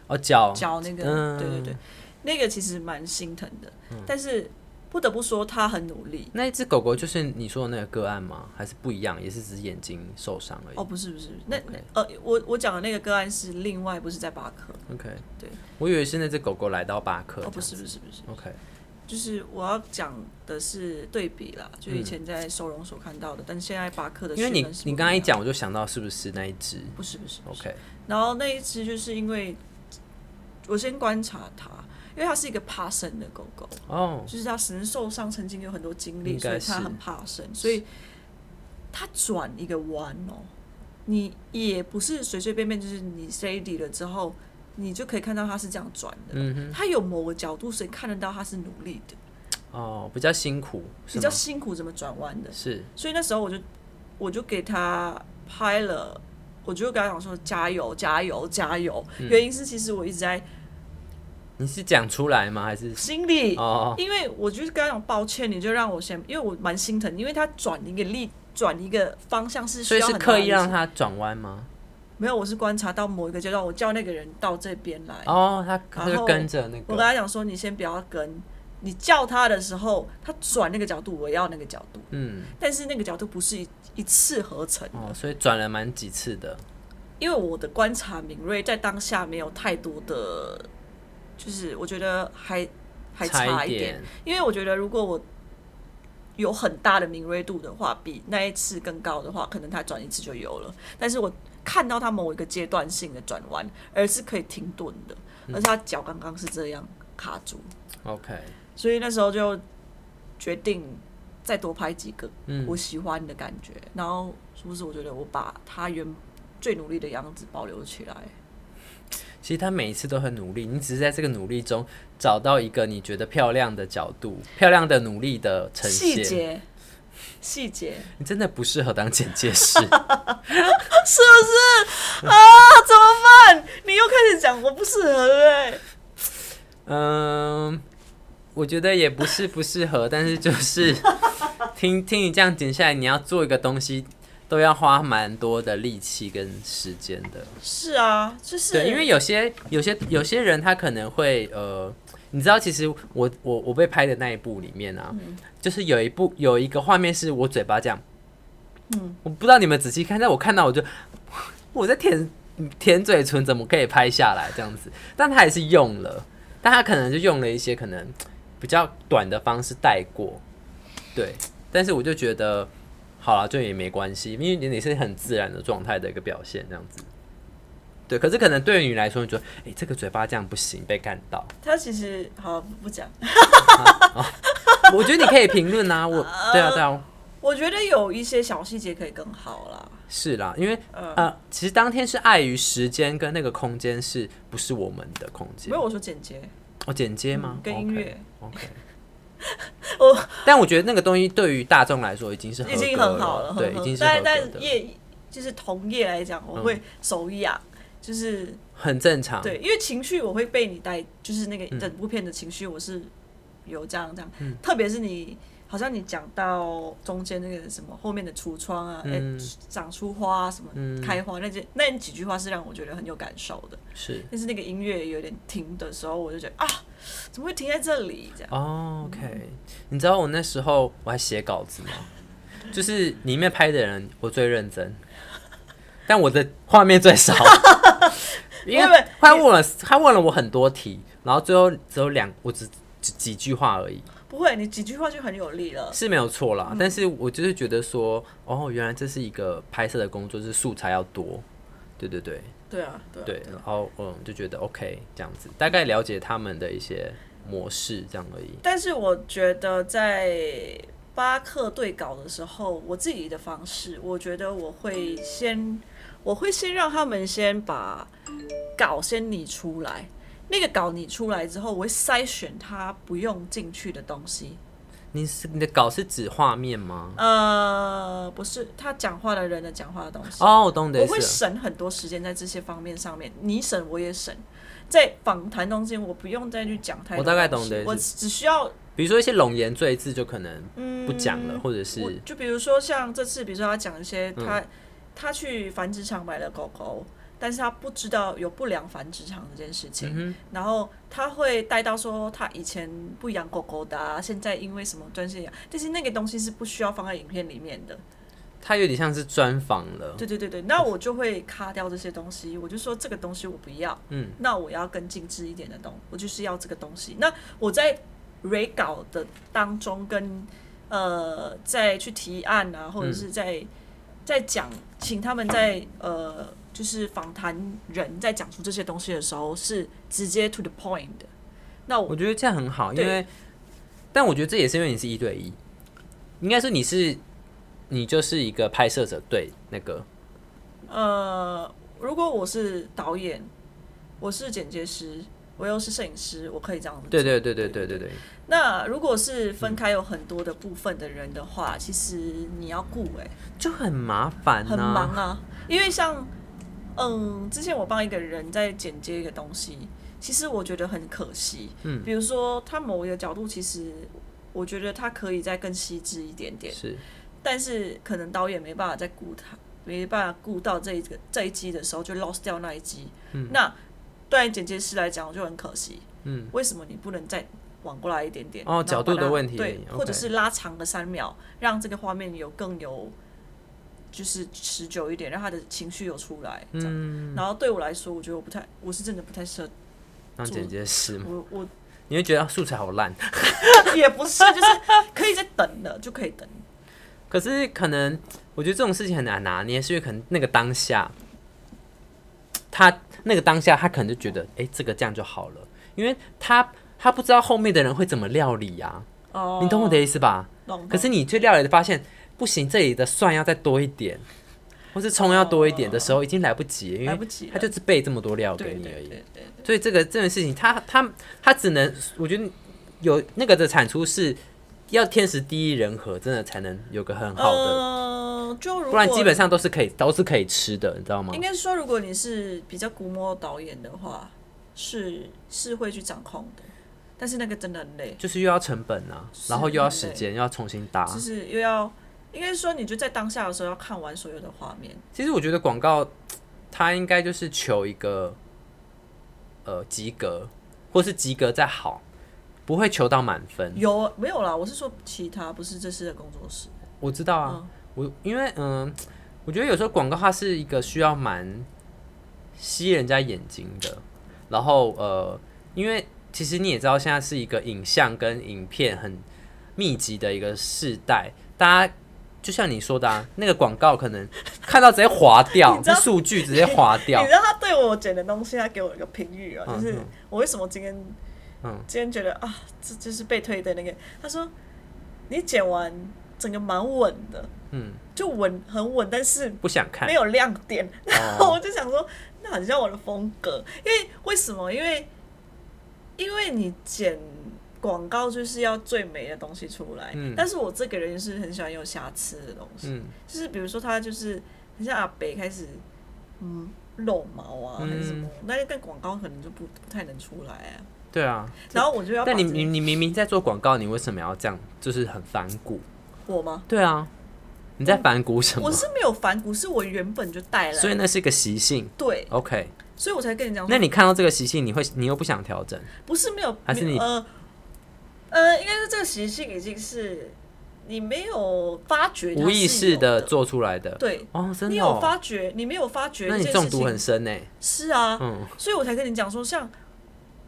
哦，脚教那个，嗯对对对，那个其实蛮心疼的，但是不得不说他很努力。那一只狗狗就是你说的那个个案吗？还是不一样？也是只是眼睛受伤而已。哦，不是不是，那那呃，我我讲的那个个案是另外，不是在巴克。 OK，对，我以为是那只狗狗来到巴克。哦，不是不是不是， OK，就是我要讲的是对比啦，就以前在收容所看到的，但现在巴克的嗯因为区你分是不你刚刚一样的，讲，我就想到是不是那一只不是不是不是？OK，然后那一只就是因为我先观察它，因为它是一个怕生的狗狗，哦，就是它神受伤，曾经有很多经历，应所以该它是很怕生，所以它转一个弯哦，你也不是随随便便，就是你 C D 了之后，你就可以看到它是这样转的。嗯哼，它有某个角度是看得到它是努力的，哦，比较辛苦，是比较吗辛苦怎么转弯的，是所以那时候我就我就给他拍了，我就跟他讲说加油加油加油，嗯原因是其实我一直在你是讲出来吗？还是心里哦因为我就是跟他讲抱歉，你就让我先，因为我蛮心疼，因为他转一个力，转一个方向是所需以要是很大刻的意力让气它转弯吗？没有，我是观察到某一个阶段，我叫那个人到这边来，哦，它它哎然就后跟着那我跟个，他讲说你先不要跟，你叫他的时候，他转那个角度，我要那个角度，嗯，但是那个角度不是一一次合成的，哦，所以转了蛮几次的，因为我的观察敏锐，在当下没有太多的，就是我觉得还还差差一点，点，因为我觉得如果我有很大的敏锐度的话，比那一次更高的话，可能他转一次就有了。但是我看到他某一个阶段性的转弯，而是可以停顿的，嗯而是他脚刚刚是这样卡住， OK，所以那时候就决定再多拍几个嗯我喜欢的感觉，然后是不是我觉得我把他原最努力的样子保留起来？其实它每一次都很努力，你只是在这个努力中找到一个你觉得漂亮的角度、漂亮的努力的呈细现。节，细节，你真的不适合当剪接师，是不是啊？怎么办？你又开始讲我不适合哎、嗯，我觉得也不是不适合，但是就是听听你这样剪下来，你要做一个东西，都要花蛮多的力气跟时间的。是啊，就是对，因为有些有些有些人他可能会呃，你知道，其实我我我被拍的那一部里面啊，嗯就是有一部有一个画面是我嘴巴这样，嗯，我不知道你们仔细看，但我看到我就 (laughs) 我在舔舔嘴唇，怎么可以拍下来这样子？但他还是用了，但他可能就用了一些可能比较短的方式带过，对，但是我就觉得。好了，就也没关系，因为你你是很自然的状态的一个表现，这样子。对，可是可能对于你来说，你觉得，哎、这个嘴巴这样不行，被干到。他其实好不讲，我觉得你可以评论啊，我，对啊，对啊，我觉得有一些小细节可以更好啦。是啦，因为嗯呃，其实当天是碍于时间跟那个空间是不是我们的空间没？有我说简洁哦，剪接吗？嗯跟音乐 OK，, o (laughs) 我 k (laughs) 但我觉得那个东西对于大众来说已经是合已经格很好了，对，呵已呵经是合但格但的，嗯业就是同业来讲，我会手痒，就是很正常。对，因为情绪我会被你带，就是那个整部片的情绪，我是有这样这样，特别是你好像你讲到中间那个什么后面的橱窗啊，哎、长出花、啊、什么、开花那些那几句话是让我觉得很有感受的。是但是那个音乐有点停的时候，我就觉得啊，怎么会停在这里？这样哦，OK。你知道我那时候我还写稿子吗？ (laughs) 就是里面拍的人我最认真，但我的画面最 (laughs) 少，因我以为为他问了他问了我很多题，然后最后只有两我只只几句话而已，不会，你几句话就很有力了。是没有错嗯啦。但是我就是觉得说，哦，原来这是一个拍摄的工作，就是素材要多。对对对对啊，对啊对，然后嗯，就觉得 OK 这样子，大概了解他们的一些模式这样而已。但是我觉得在巴克对稿的时候，我自己的方式，我觉得我会先，我会先让他们先把稿先拟出来。那个稿拟出来之后，我会筛选他不用进去的东西。你是你的稿是指画面吗？呃，不是他讲话的人的讲话的东西。哦，我懂你的我意会思了。省很多时间在这些方面上面，你省我也省，在访谈中间我不用再去讲太多我东大西，概懂的意思我只需要比如说一些冗言赘字就可能不讲了，或者我是就比如说像这次，比如说他讲一些他、他去繁殖场买了狗狗，但是他不知道有不良繁殖场这件事情，然后他会带到说他以前不养狗狗的、啊，现在因为什么专心养，但是那个东西是不需要放在影片里面的。它有点像是专访了。对对对对，那我就会卡掉这些东西，我就说这个东西我不要，嗯，那我要更精致一点的东，我就是要这个东西。那我在 re 稿的当中跟呃再去提案啊，或者嗯是在、在讲，请他们在呃就是访谈人在讲出这些东西的时候是直接 to the point 的。那我我觉得这样很好，因对为，但我觉得这也是因为你是一对一，应该说你是你就是一个拍摄者，对那个呃，如果我是导演，我是剪接师，我又是摄影师，我可以这样子做。对对对对对对对，那如果是分开有很多的部分的人的话，其实你要顾哎、就很麻烦很忙呐。啊。因为像，嗯，之前我帮一个人在剪接一个东西，其实我觉得很可惜。嗯，比如说他某一个角度，其实我觉得他可以再更细致一点点，是但是可能导演没办法再顾他，没办法顾到这一个这一集的时候，就 lost 掉那一集。嗯，那对于剪接师来讲，我就很可惜。嗯，为什么你不能再？往过来一点点哦然后把角度的它问题对， OK 或者是拉长个三秒，让这个画面有更有就是持久一点，让他的情绪有出来。这样，嗯然后对我来说，我觉得我不太，我是真的不太适合，让做剪接师吗？我我你会觉得啊素材好烂，也不是，就是可以再等了，就可以等。可是可能我觉得这种事情很难拿捏，是因为可能那个当下，他那个当下他可能就觉得，哎、这个这样就好了，因为他他不知道后面的人会怎么料理呀、哦嗯你懂我的意思吧？懂可是你去料理的发现，不行，这里的蒜要再多一点，或是葱要多一点的时候，已经来不及了，因来为不及了他就是备这么多料给对你对而已。对对，所以这个这件事情，他他他只能，我觉得有那个的产出是要天时地利人和，真的才能有个很好的，嗯，就如不然基本果上都是可以都是可以吃的，你知道吗应？该说，如果你是比较古摸导演的话，是是会去掌控的，但是那个真的很累，就是又要成本啊，是然后又要时间，又要重新搭。就是又要。应该说，你就在当下的时候要看完所有的画面，其实我觉得广告，它应该就是求一个，呃，及格，或是及格再好，不会求到满分。有啊没有啦？我是说其他，不是这次的工作室。我知道啊，我因为嗯、我觉得有时候广告它是一个需要蛮吸人家眼睛的，然后呃，因为其实你也知道，现在是一个影像跟影片很密集的一个世代，大家。就像你说的、啊，那个广告可能看到直接划掉 (laughs) 你，知那道数据直接划掉 (laughs) 你。知道他对我剪的东西，他给我一个评语啊，嗯就是嗯我为什么今天，嗯今天觉得啊，这就是被推的那个。他说你剪完整个蛮稳的，嗯，就稳很稳，但是不想看哦没。有亮点。然后我就想说，那很像我的风格，因为为什么？因为因为你剪广告就是要最美的东西出来，嗯但是我这个人是很喜欢有瑕疵的东西，嗯就是比如说他就是很像阿北开始，嗯嗯，露毛啊还是什么，那就跟广告可能就不不太能出来啊。对啊，然后我就要把但你这你你明明在做广告，你为什么要这样？就是很反骨。我吗？对啊，你在反骨什么我？是没有反骨，是我原本就带来所以那是一个习性。对， OK，所以我才跟你讲说，那你看到这个习性，你会你又不想调整，不是没有，还是没有你呃呃，应该是这个习性已经是你没有发觉，无意识的的，做出来的。对。哦，真你的、有哦。发觉，你没有发觉那这你件中事毒情很深呢。是啊，嗯，所以我才跟你讲说，像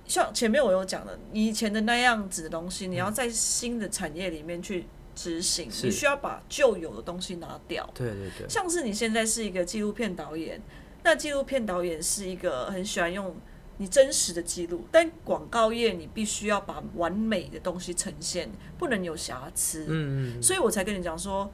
像前面我有讲的，你以前的那样子的东西，你要在新的产业里面去执行，嗯是你需要把旧有的东西拿掉。对对对，像是你现在是一个纪录片导演，那纪录片导演是一个很喜欢用你真实的记录，但广告业你必须要把完美的东西呈现，不能有瑕疵。嗯嗯，所以我才跟你讲说，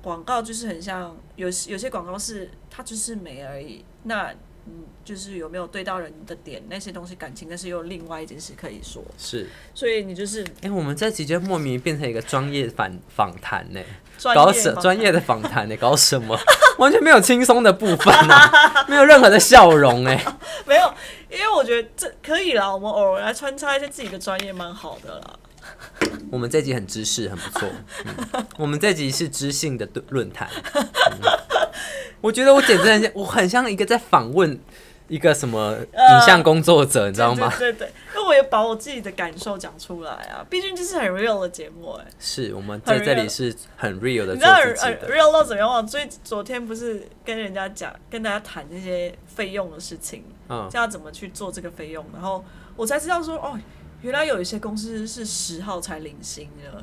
广告就是很像有有些广告是它就是美而已，那嗯，就是有没有对到人的点那些东西感情，但是又有另外一件事可以说，是。所以你就是哎、我们这期就莫名变成一个专业反访谈呢，专搞业 (laughs) 什吗专业的访谈呢？欸搞什么？ (laughs) 完全没有轻松的部分啊，没有任何的笑容哎。没有，因为我觉得这可以啦，我们偶尔来穿插一些自己的专业，蛮好的啦。我们这集很知识，很不 (laughs) 错。嗯、我们这集是知性的论论坛、嗯我觉得我简直很像，我很像一个在访问一个什么影像工作者，你知道吗？呃对对对，那我也把我自己的感受讲出来啊，毕竟这是很 real 的节目哎、是我们在这里是很 real 的你知做道自己很的， real 到怎么样吗？最昨天不是跟人家讲，跟大家谈这些费用的事情，嗯，这要怎么去做这个费用，然后我才知道说，哦，原来有一些公司是十号才领薪的，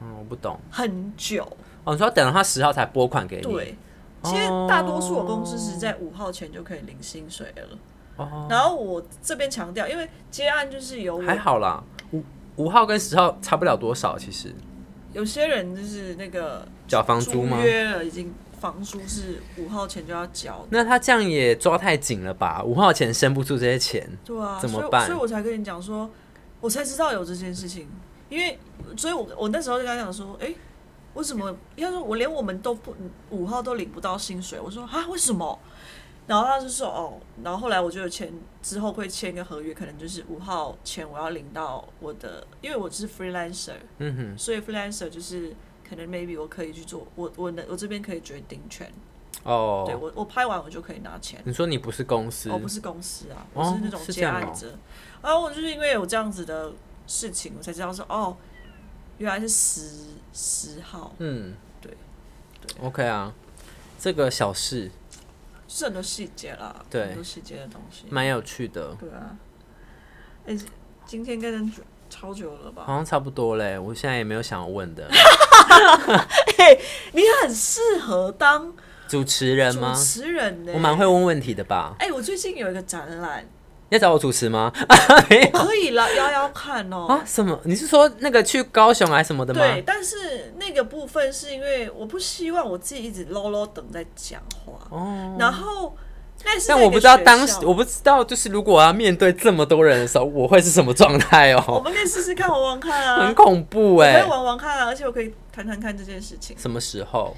嗯我不懂。很久。哦，你说要等到他十号才拨款给你？对，哦其实大多数的公司是在五号前就可以领薪水了。哦，然后我这边强调，因为接案就是有还好啦，五五号跟十号差不了多少，其实有些人就是那个缴房租吗？约了，已经房租是五号前就要交的。那他这样也抓太紧了吧？五号钱生不出这些钱，对啊，怎么所以办所以我才跟你讲说，我才知道有这件事情，因为所以我我那时候就跟他讲说，哎、为什么？他说我连我们都不五号都领不到薪水，我说啊为什么？然后他就说哦，然后后来我就有签，之后会签一个合约，可能就是五号前我要领到我的，因为我是 freelancer，嗯哼，所以 freelancer 就是可能 maybe 我可以去做，我我能我这边可以决定权，对哦，我我拍完我就可以拿钱。你说你不是公司，我不是公司啊，我哦是那种是这接样案哦者。然后我就是因为有这样子的事情，我才知道说哦，原来是十十号，嗯，对，OK 啊，这个小事就是很多细节啦，对很多细节的东西。蛮有趣的，对啊，哎、今天跟人超久了吧？好像差不多嘞。我现在也没有想要问 (laughs) 的，你很适合当主持人主吗？持人呢、我蛮会问问题的吧？哎、我最近有一个展览，要找我主持吗？ (laughs) 哦可以 (laughs) 啦，邀邀看哦、啊，什么？你是说那个去高雄还是什么的吗？对，但是那个部分是因为我不希望我自己一直啰啰等在讲话，哦，然后但是但那我个不知道学当校时，我不知道就是如果我要面对这么多人的时候，我会是什么状态我哦，们可以试试看玩玩看很啊，恐怖我哎、可以玩玩看啊，而且我可以谈谈看这件事情。什么时候？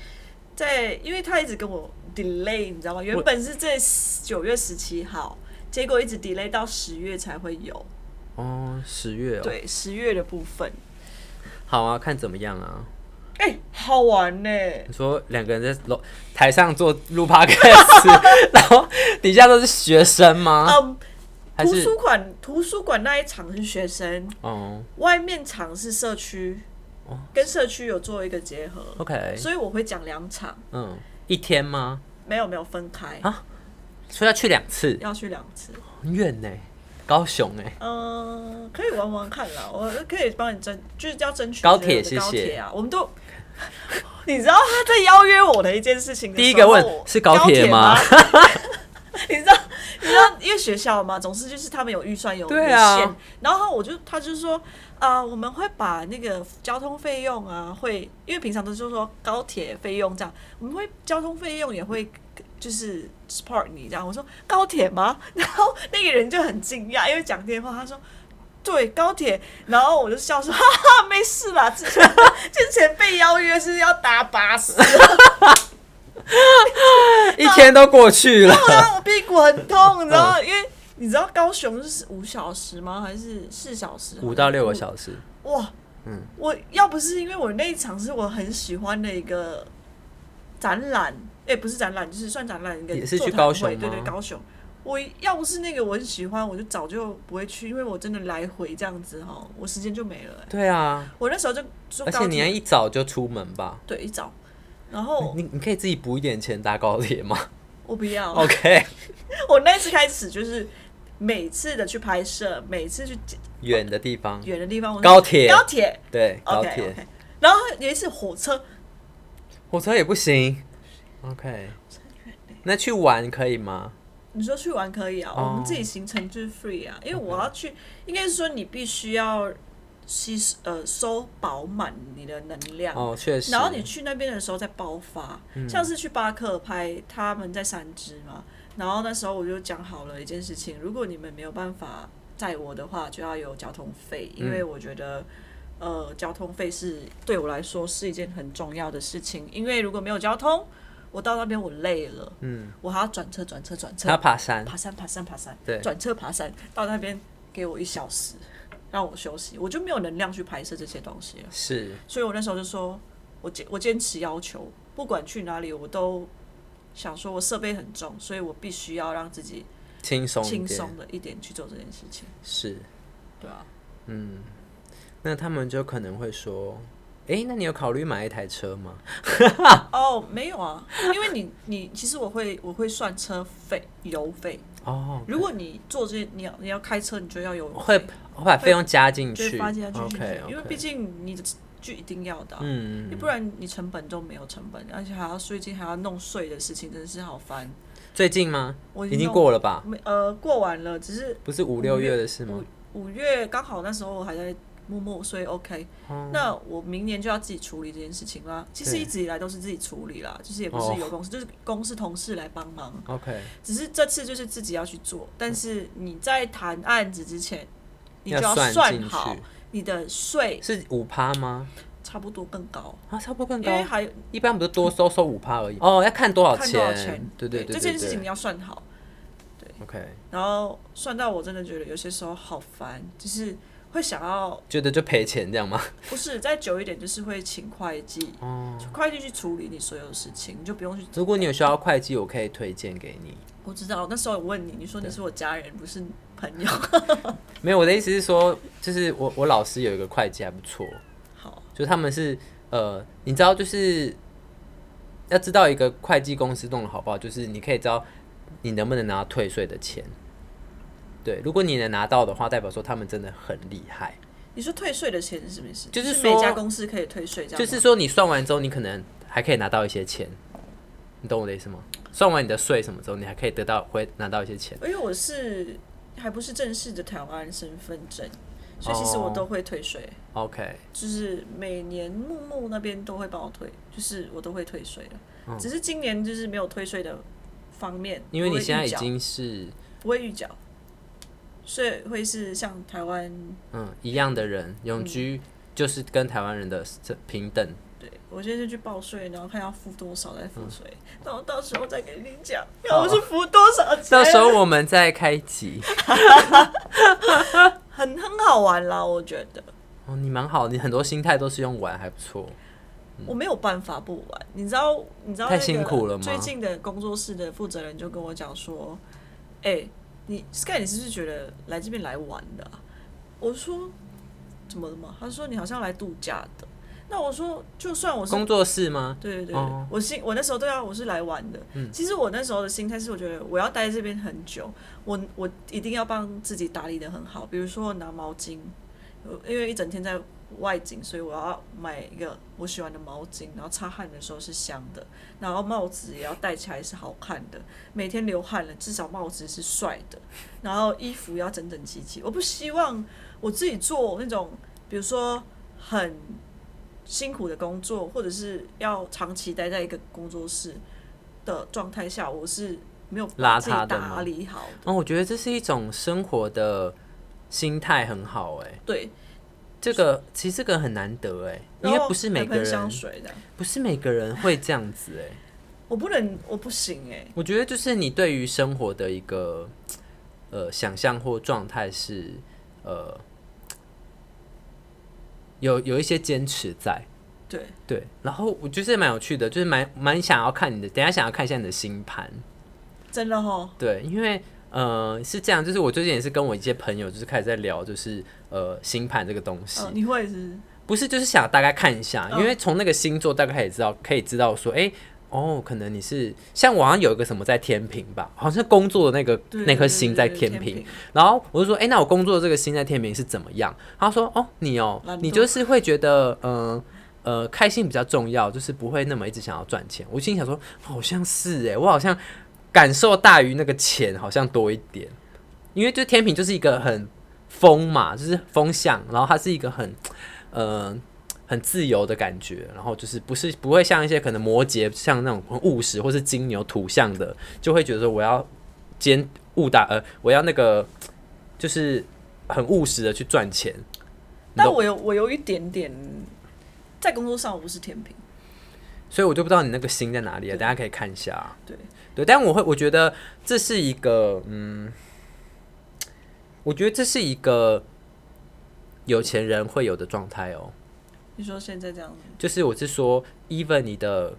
在因为他一直跟我 delay，你知道吗？原本是在九月十七号，结果一直 delay 到十月才会有。哦，十月哦。，对，十月的部分，好啊，看怎么样啊？哎、好玩呢、你说两个人在楼台上做录 (laughs) podcast，然后底下都是学生吗？嗯，啊还图是书馆图书馆那一场是学生，哦外面场是社区，跟社区有做一个结合， ，OK，所以我会讲两场，嗯，一天吗？没有没有分开，啊所以要去两次，要去两次。很远呢，欸高雄哎，嗯，可以玩玩看啦，我可以帮你争，就是要争取高铁这个高谢谢铁啊，我们都。 (laughs) 你知道他在邀约我的一件事情的时候，第一个问是高铁吗高铁吗？ (laughs) 你知道，你知道，因为学校嘛，总是就是他们有预算有有对啊限，然后我就他就说，啊，我们会把那个交通费用啊，会因为平常都是说高铁费用这样，我们会交通费用也会就是 support 你这样。我说高铁吗？ (laughs) 然后那个人就很惊讶，因为讲电话，他说。对高铁，然后我就笑说：“哈 (laughs) 哈，没事啦，之前 (laughs) 之前被邀约是要搭巴士，一天都过去了， (laughs) 然后我屁股很痛，你知道吗？因为你知道高雄是五小时吗？还是四小时？五到六个小时，哇，嗯，我要不是因为我那一场是我很喜欢的一个展览，哎、不是展览，就是算展览一个也是座去谈高会雄对对，吗高雄。我要不是那个我很喜欢，我就早就不会去，因为我真的来回这样子哈，我时间就没了、欸对啊，我那时候就坐而高且你要铁，一早就出门吧。对，一早，然后你你可以自己补一点钱搭高铁吗我不 (laughs) 要，哦？OK， (laughs) 我那次开始就是每次的去拍摄，每次去远的地方，远的地方，我高铁高铁，对，高 OK 铁， OK。然后有一次火车，火车也不行。OK，那欸去玩可以吗？你说去玩可以啊，哦我们自己行程就是 free 啊，因为我要去，应该是说你必须要吸呃收饱满你的能量。哦，确实。然后你去那边的时候再爆发，像是去巴克拍他们在三支嘛，然后那时候我就讲好了一件事情，如果你们没有办法载我的话，就要有交通费，因为我觉得。呃，交通费是对我来说是一件很重要的事情，因为如果没有交通，我到那边我累了，嗯，我还要转车、转车、转车还，要爬山，爬山、爬山、爬山，对转车爬山，到那边给我一小时，让我休息，我就没有能量去拍摄这些东西了。是所以我那时候就说，我坚我坚持要求，不管去哪里，我都想说我设备很重，所以我必须要让自己轻松一轻点，松的一点去做这件事情。是。嗯对啊，那他们就可能会说，诶，那你有考虑买一台车吗？哦，没有啊，因为你你其实我会我会算车费、油费。哦，如果你做这些，你要你要开车，你就要油会会把费用加进就会去发现它进去 OK，因为 OK 毕竟你的就一定要的啊、嗯，你不然你成本都没有成本，而且还要最近还要弄税的事情，真是好烦。最近吗？我已经弄过了吧？没呃过完了，只是不是五六月的事吗？五月刚好那时候我还在摸摸，所以 OK、那我明年就要自己处理这件事情啦。其哦实对一直以来都是自己处理啦，就是也不哦是由公司，就是公司同事来帮忙。 OK，只是这次就是自己要去做，但是你在谈案子之前，你就算算进好去你的税是五趴吗？差不多更高，啊，差不多更因为高，还有一般不是多收收五趴而已。哦，要看多少看多少钱，对对对，这对件事情你对要算好。 OK，然后算到我真的觉得有些时候好烦，就是会想要觉得就赔钱这样吗？ (laughs) 不是再久一点，就是会请会计，哦会计去处理你所有事情，你就不用去。如果你有需要会计，我可以推荐给你。我知道那时候我问你，你说你是我家人，不是朋 (laughs) 友。没有，我的意思是说，就是我我老师有一个会计还不错，好，就他们是呃，你知道就是要知道一个会计公司弄的好不好，就是你可以知道你能不能拿到退税的钱。对，如果你能拿到的话，代表说他们真的很厉害。你说退税的钱是什么意思？就是每说家公司可以退税，这样就吗是说，你算完之后，你可能还可以拿到一些钱，你懂我的意思吗？算完你的税什么之后，你还可以得到会拿到一些钱。因为我是还不是正式的台湾身份证，所以其实哦我都会退税。 OK，就是每年木木那边都会帮我退，就是我都会退税的，只是今年就是没有退税的方面，哦因为不你会现在预已缴经是不会预缴，所以会是像台湾嗯一样的人，嗯永居就是跟台湾人的这平等。对我现在就去报税，然后看要付多少再嗯付税，然后到时候再给你讲， (laughs) 要不是哎付多少钱，哦到时候我们再开一集。很很好玩啦，我觉得。哦，你蛮好，你很多心态都是用玩，还不错。我没有办法不玩，你知道，你知道、嗯那太个辛苦了吗最近的工作室的负责人就跟我讲说：“哎、你 Sky，你是不是觉得来这边来玩的啊、我说：“怎么了嘛？”他说：“你好像来度假的。”那我说：“就算我是工作室吗？对对对，哦嗯我心我那时候对啊，我是来玩的。其实我那时候的心态是，我觉得我要待在这边很久，我我一定要帮自己打理的很好。比如说拿毛巾，呃因为一整天在外景，所以我要买一个我喜欢的毛巾，然后擦汗的时候是香的，然后帽子也要戴起来是好看的。每天流汗了，至少帽子是帅的，然后衣服要整整齐齐。我不希望我自己做那种，比如说很辛苦的工作，或者是要长期待在一个工作室的状态下，我是没有把邋自己遢的吗打理好的。哦，我觉得这是一种生活的心态，很好哎。对，这个其实这个很难得哎，因然为后不是每还个喷香人，水的，不是每个人会这样子 (laughs) 哎。我不能，我不行哎、我觉得就是你对于生活的一个呃想象或状态是呃有有一些坚持在。对，对，然后我觉得这蛮有趣的，就是蛮蛮想要看你的，等一下想要看一下你的星盘。真的哦哈，对，因为呃是这样，就是我最近也是跟我一些朋友就是开始在聊，就是呃星盘这个东西，嗯，你会是不是就是想大概看一下，嗯因为从那个星座大概也知道，可以知道说，哎、哦，可能你是像我好像有一个什么在天平吧，好像工作的那个对那颗对星对在对天天平平，然后我就说，哎、那我工作的这个星在天平是怎么样？他说，哦，你哦懒，惰你就是会觉得，嗯、呃。开心比较重要，就是不会那么一直想要赚钱。我心里想说，好像是哎、我好像感受大于那个钱，好像多一点。因为就天平就是一个很风嘛，就是风向，然后它是一个很，呃，很自由的感觉，然后就是不是不会像一些可能摩羯像那种很务实或是金牛土象的，就会觉得说我要兼误打呃，我要那个就是很务实的去赚钱。你但懂我有我有一点点在工作上我不是天平，所以我就不知道你那个心在哪里啊，大家可以看一下啊。对对，但我会我觉得这是一个嗯，我觉得这是一个有钱人会有的状态哦。你说现在这样子，就是我是说，even 你的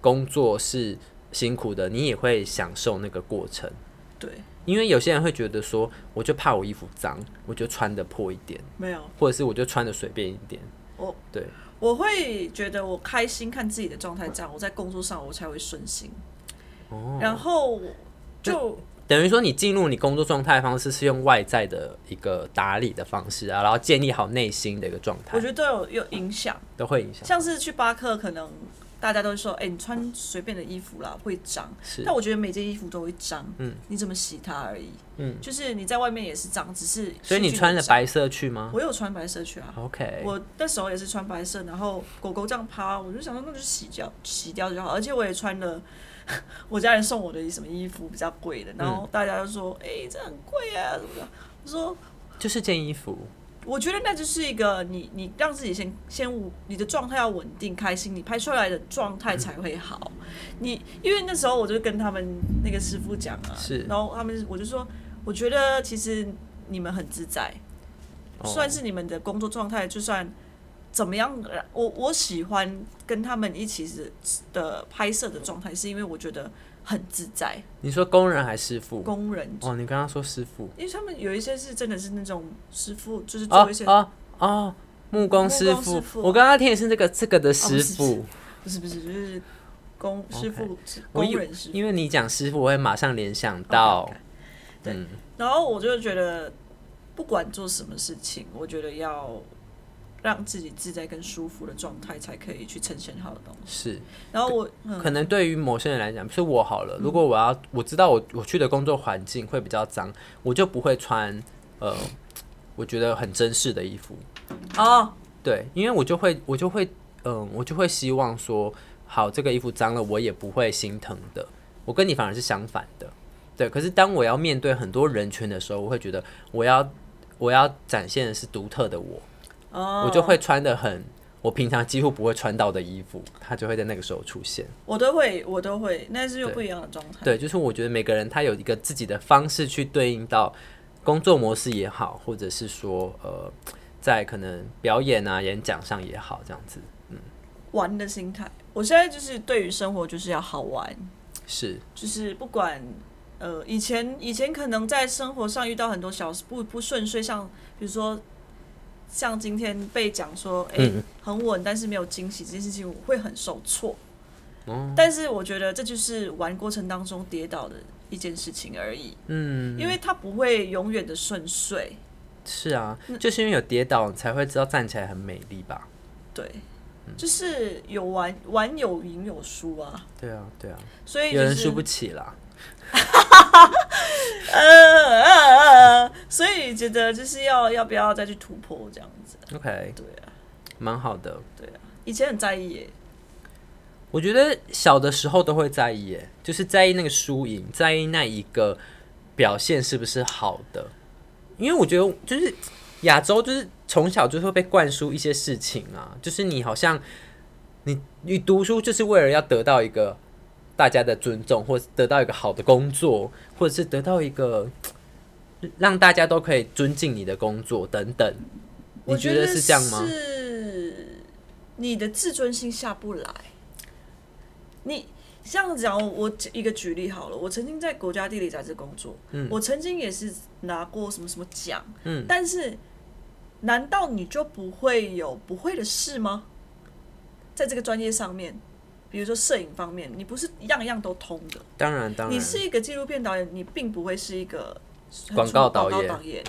工作是辛苦的，你也会享受那个过程。对，因为有些人会觉得说，我就怕我衣服脏，我就穿的破一点，没有，或者是我就穿的随便一点。我对我会觉得我开心看自己的状态这样，我在工作上我才会顺心，哦然后就等于说你进入你工作状态的方式是用外在的一个打理的方式啊，然后建立好内心的一个状态我，觉得都有有影响。都会影响。像是去巴克，可能大家都会说，哎、你穿随便的衣服啦，会脏。是但我觉得每件衣服都会脏，嗯，你怎么洗它而已，嗯，就是你在外面也是脏，只是所以你细菌穿的了脏，白色去吗我有穿白色去啊。 ？OK，我那时候也是穿白色，然后狗狗这样趴，我就想说那就洗掉洗掉就好，而且我也穿了 (laughs) 我家人送我的什么衣服比较贵的，然后大家就说，哎、这很贵啊，怎么的？我说就是件衣服。我觉得那就是一个你你让自己先先稳你的状态要稳定开心，你拍出来的状态才会好。你因为那时候我就跟他们那个师傅讲啊，是然后他们我就说，我觉得其实你们很自在，哦算是你们的工作状态，就算怎么样，呃我我喜欢跟他们一起是的拍摄的状态，是因为我觉得很自在。你说工人还师傅？工人，哦，你刚刚说师傅。因为他们有一些是真的是那种师傅，就是哦做一些哦哦，木工木师工傅师。傅哦我刚刚听的是这个这个的不师是傅，不是不是，就是工师傅是我工以人师傅。因为你讲师傅，我会马上联想到嗯 OK，OK 然后我就觉得，不管做什么事情，我觉得要让自己自在跟舒服的状态，才可以去呈现好的东西。是。然后我，嗯，可能对于某些人来讲，是我好了。如果我要我知道我我去的工作环境会比较脏，我就不会穿呃，我觉得很正式的衣服。哦，对，因为我就会我就会嗯、我就会希望说，好，这个衣服脏了，我也不会心疼的。我跟你反而是相反的，对。可是当我要面对很多人群的时候，我会觉得我要我要展现的是独特的我，哦，我就会穿的很我平常几乎不会穿到的衣服，它就会在那个时候出现。我都会，我都会，那是又不一样的状态。对，就是我觉得每个人他有一个自己的方式去对应到工作模式也好，或者是说呃，在可能表演啊、演讲上也好，这样子玩的心态，我现在就是对于生活就是要好玩，是就是不管呃，以前以前可能在生活上遇到很多小事不不顺遂，像比如说像今天被讲说，哎、嗯很稳，但是没有惊喜，这件事情我会很受挫。哦但是我觉得这就是玩过程当中跌倒的一件事情而已，嗯，因为它不会永远的顺遂，是啊，就是因为有跌倒，你才会知道站起来很美丽吧？对，嗯就是有玩玩有赢有输啊，对啊，对啊，所有以就人是输不起啦。呃呃呃，所以觉得就是要要不要再去突破这样子， OK，对啊，蛮好的。以前很在意耶，我觉得小的时候都会在意耶，就是在意那个输赢，在意那一个表现是不是好的。因为我觉得就是亚洲就是从小就会被灌输一些事情啊，就是你好像你你读书就是为了要得到一个大家的尊重，或是得到一个好的工作，或者是得到一个让大家都可以尊敬你的工作等等。我你觉得是是这样吗？是你的自尊心下不来。你这样讲，我举一个举例好了。我曾经在国家地理杂志工作，我曾经也是拿过什么什么奖，嗯，但是难道你就不会有不会的事吗？在这个专业上面，比如说摄影方面，你不是样样都通的。当然，当然，你是一个纪录片导演，你并不会是一个很广出告广导告演导演，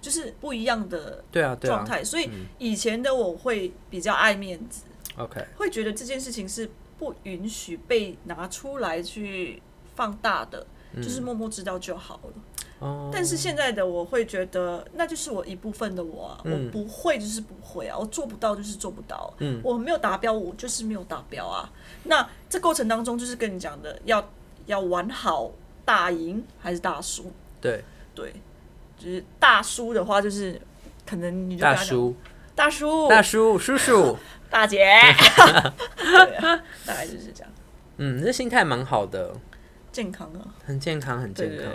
就是不一样的对啊，对状啊。态。所以以前的我会比较爱面子， OK，会觉得这件事情是不允许被拿出来去放大的，就是默默知道就好了。嗯哦，但是现在的我会觉得，那就是我一部分的我嗯啊，我不会就是不会啊，我做不到就是做不到，啊嗯我没有达标，我就是没有达标啊。那这过程当中，就是跟你讲的，要要玩好大赢还是大输？对，对，就是大输的话，就是可能你就跟大他讲叔，大叔、大叔，叔叔，大 (laughs) 姐，对啊，大概就是这样，嗯，这心态蛮好的，健康啊，很健康，很对健对康。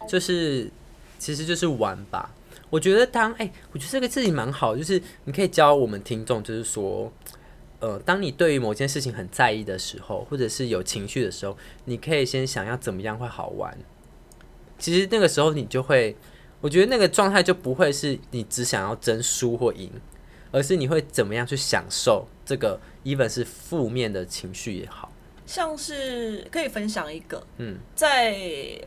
对，就是其实就是玩吧。我觉得当哎、我觉得这个事情蛮好，就是你可以教我们听众，就是说，呃，当你对于某件事情很在意的时候，或者是有情绪的时候，你可以先想要怎么样会好玩。其实那个时候你就会，我觉得那个状态就不会是你只想要争输或赢，而是你会怎么样去享受这个，even 是负面的情绪也好。像是可以分享一个，嗯，在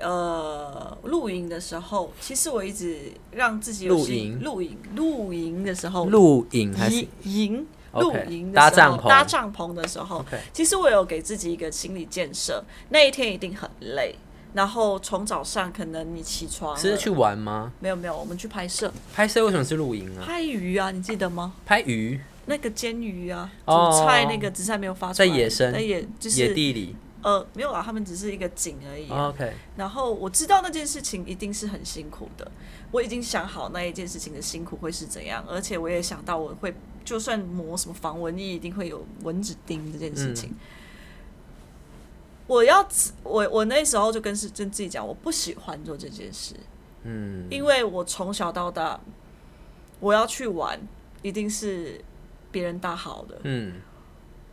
呃露营的时候，其实我一直让自己有露心营露营露营的时候，露营还是营营露 OK，营的搭时帐候篷搭帐篷的时候 OK 其实我有给自己一个心理建设，那一天一定很累。然后从早上可能你起床了是去嗯玩吗？没有没有，我们去拍摄拍摄为什么是露营啊？拍鱼啊，你记得吗？拍鱼。那个煎鱼啊，哦煮菜那个只是还没有发出来，在野生在野就是野地哦里。呃没有啊，他们只是一个景而已啊、 OK，然后我知道那件事情一定是很辛苦的，我已经想好那一件事情的辛苦会是怎样，而且我也想到我会就算抹什么防蚊液，一定会有蚊子叮这件事嗯情。我要自我我那时候就跟是跟自己讲，我不喜欢做这件事，嗯，因为我从小到大，我要去玩一定是别人搭好的，嗯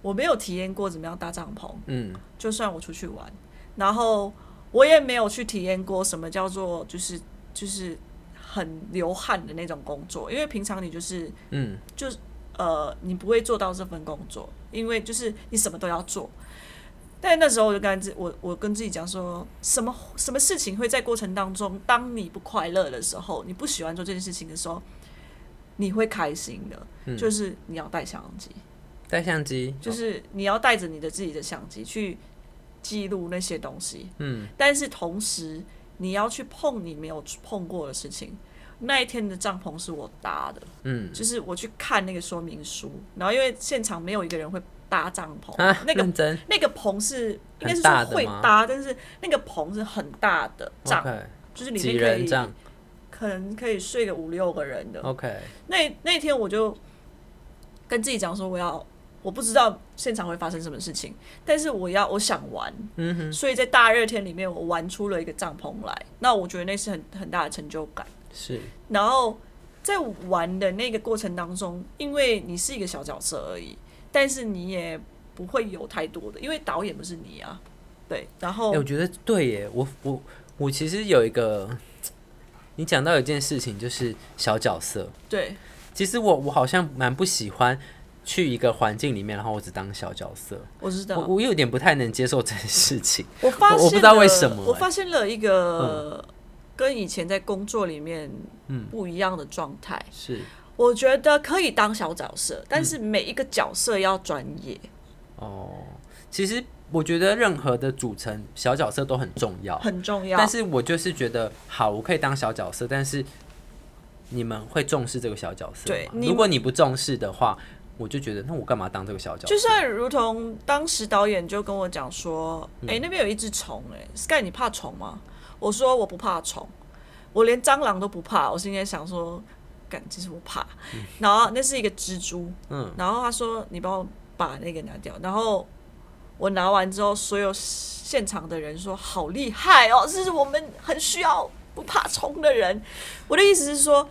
我没有体验过怎么样搭帐篷，嗯，就算我出去玩，然后我也没有去体验过什么叫做就是就是很流汗的那种工作，因为平常你就是嗯就是呃你不会做到这份工作，因为就是你什么都要做。但那时候我就跟自我我跟自己讲说，什么什么事情会在过程当中，当你不快乐的时候，你不喜欢做这件事情的时候，你会开心的，就是你要带相机。带相机就是你要带着你的自己的相机去记录那些东西，嗯，但是同时你要去碰你没有碰过的事情。那一天的帐篷是我搭的，嗯，就是我去看那个说明书，然后因为现场没有一个人会搭帐篷，啊，那个认真那个棚是应该很是说大的会吗搭，但是那个棚是很大的帐 OK，就是里几面可人以帐可能可以睡个五六个人的， OK，那那天我就跟自己讲说，我要我不知道现场会发生什么事情，但是我要我想玩，嗯哼，所以在大热天里面，我玩出了一个帐篷来，那我觉得那是很很大的成就感。是然后在玩的那个过程当中，因为你是一个小角色而已，但是你也不会有太多的，因为导演不是你啊，对，然后哎、我觉得对耶，我我我其实有一个，你讲到有一件事情，就是小角色。对其实我我好像蛮不喜欢去一个环境里面，然后我只当小角色，我知道我，我有点不太能接受这件事情。我发现我我不知道为什么嗯了欸我发现了一个跟以前在工作里面嗯不一样的状态。是我觉得可以当小角色，但是每一个角色要专业，哦，其实我觉得任何的组成小角色都很重要，很重要但。是我就是觉得，好，我可以当小角色，但是你们会重视这个小角色对吗？你如果你不重视的话，我就觉得，那我干嘛当这个小角色？就像如同当时导演就跟我讲说：“哎、嗯那边有一只虫、哎，Sky，你怕虫吗？”我说：“我不怕虫，我连蟑螂都不怕。”我心里在想说：“干，其实我怕。”然后那是一个蜘蛛，嗯，然后他说：“你帮我把那个拿掉。”然后我拿完之后，所有现场的人说：“好厉害哦，这是我们很需要不怕冲的人。我的意思是说，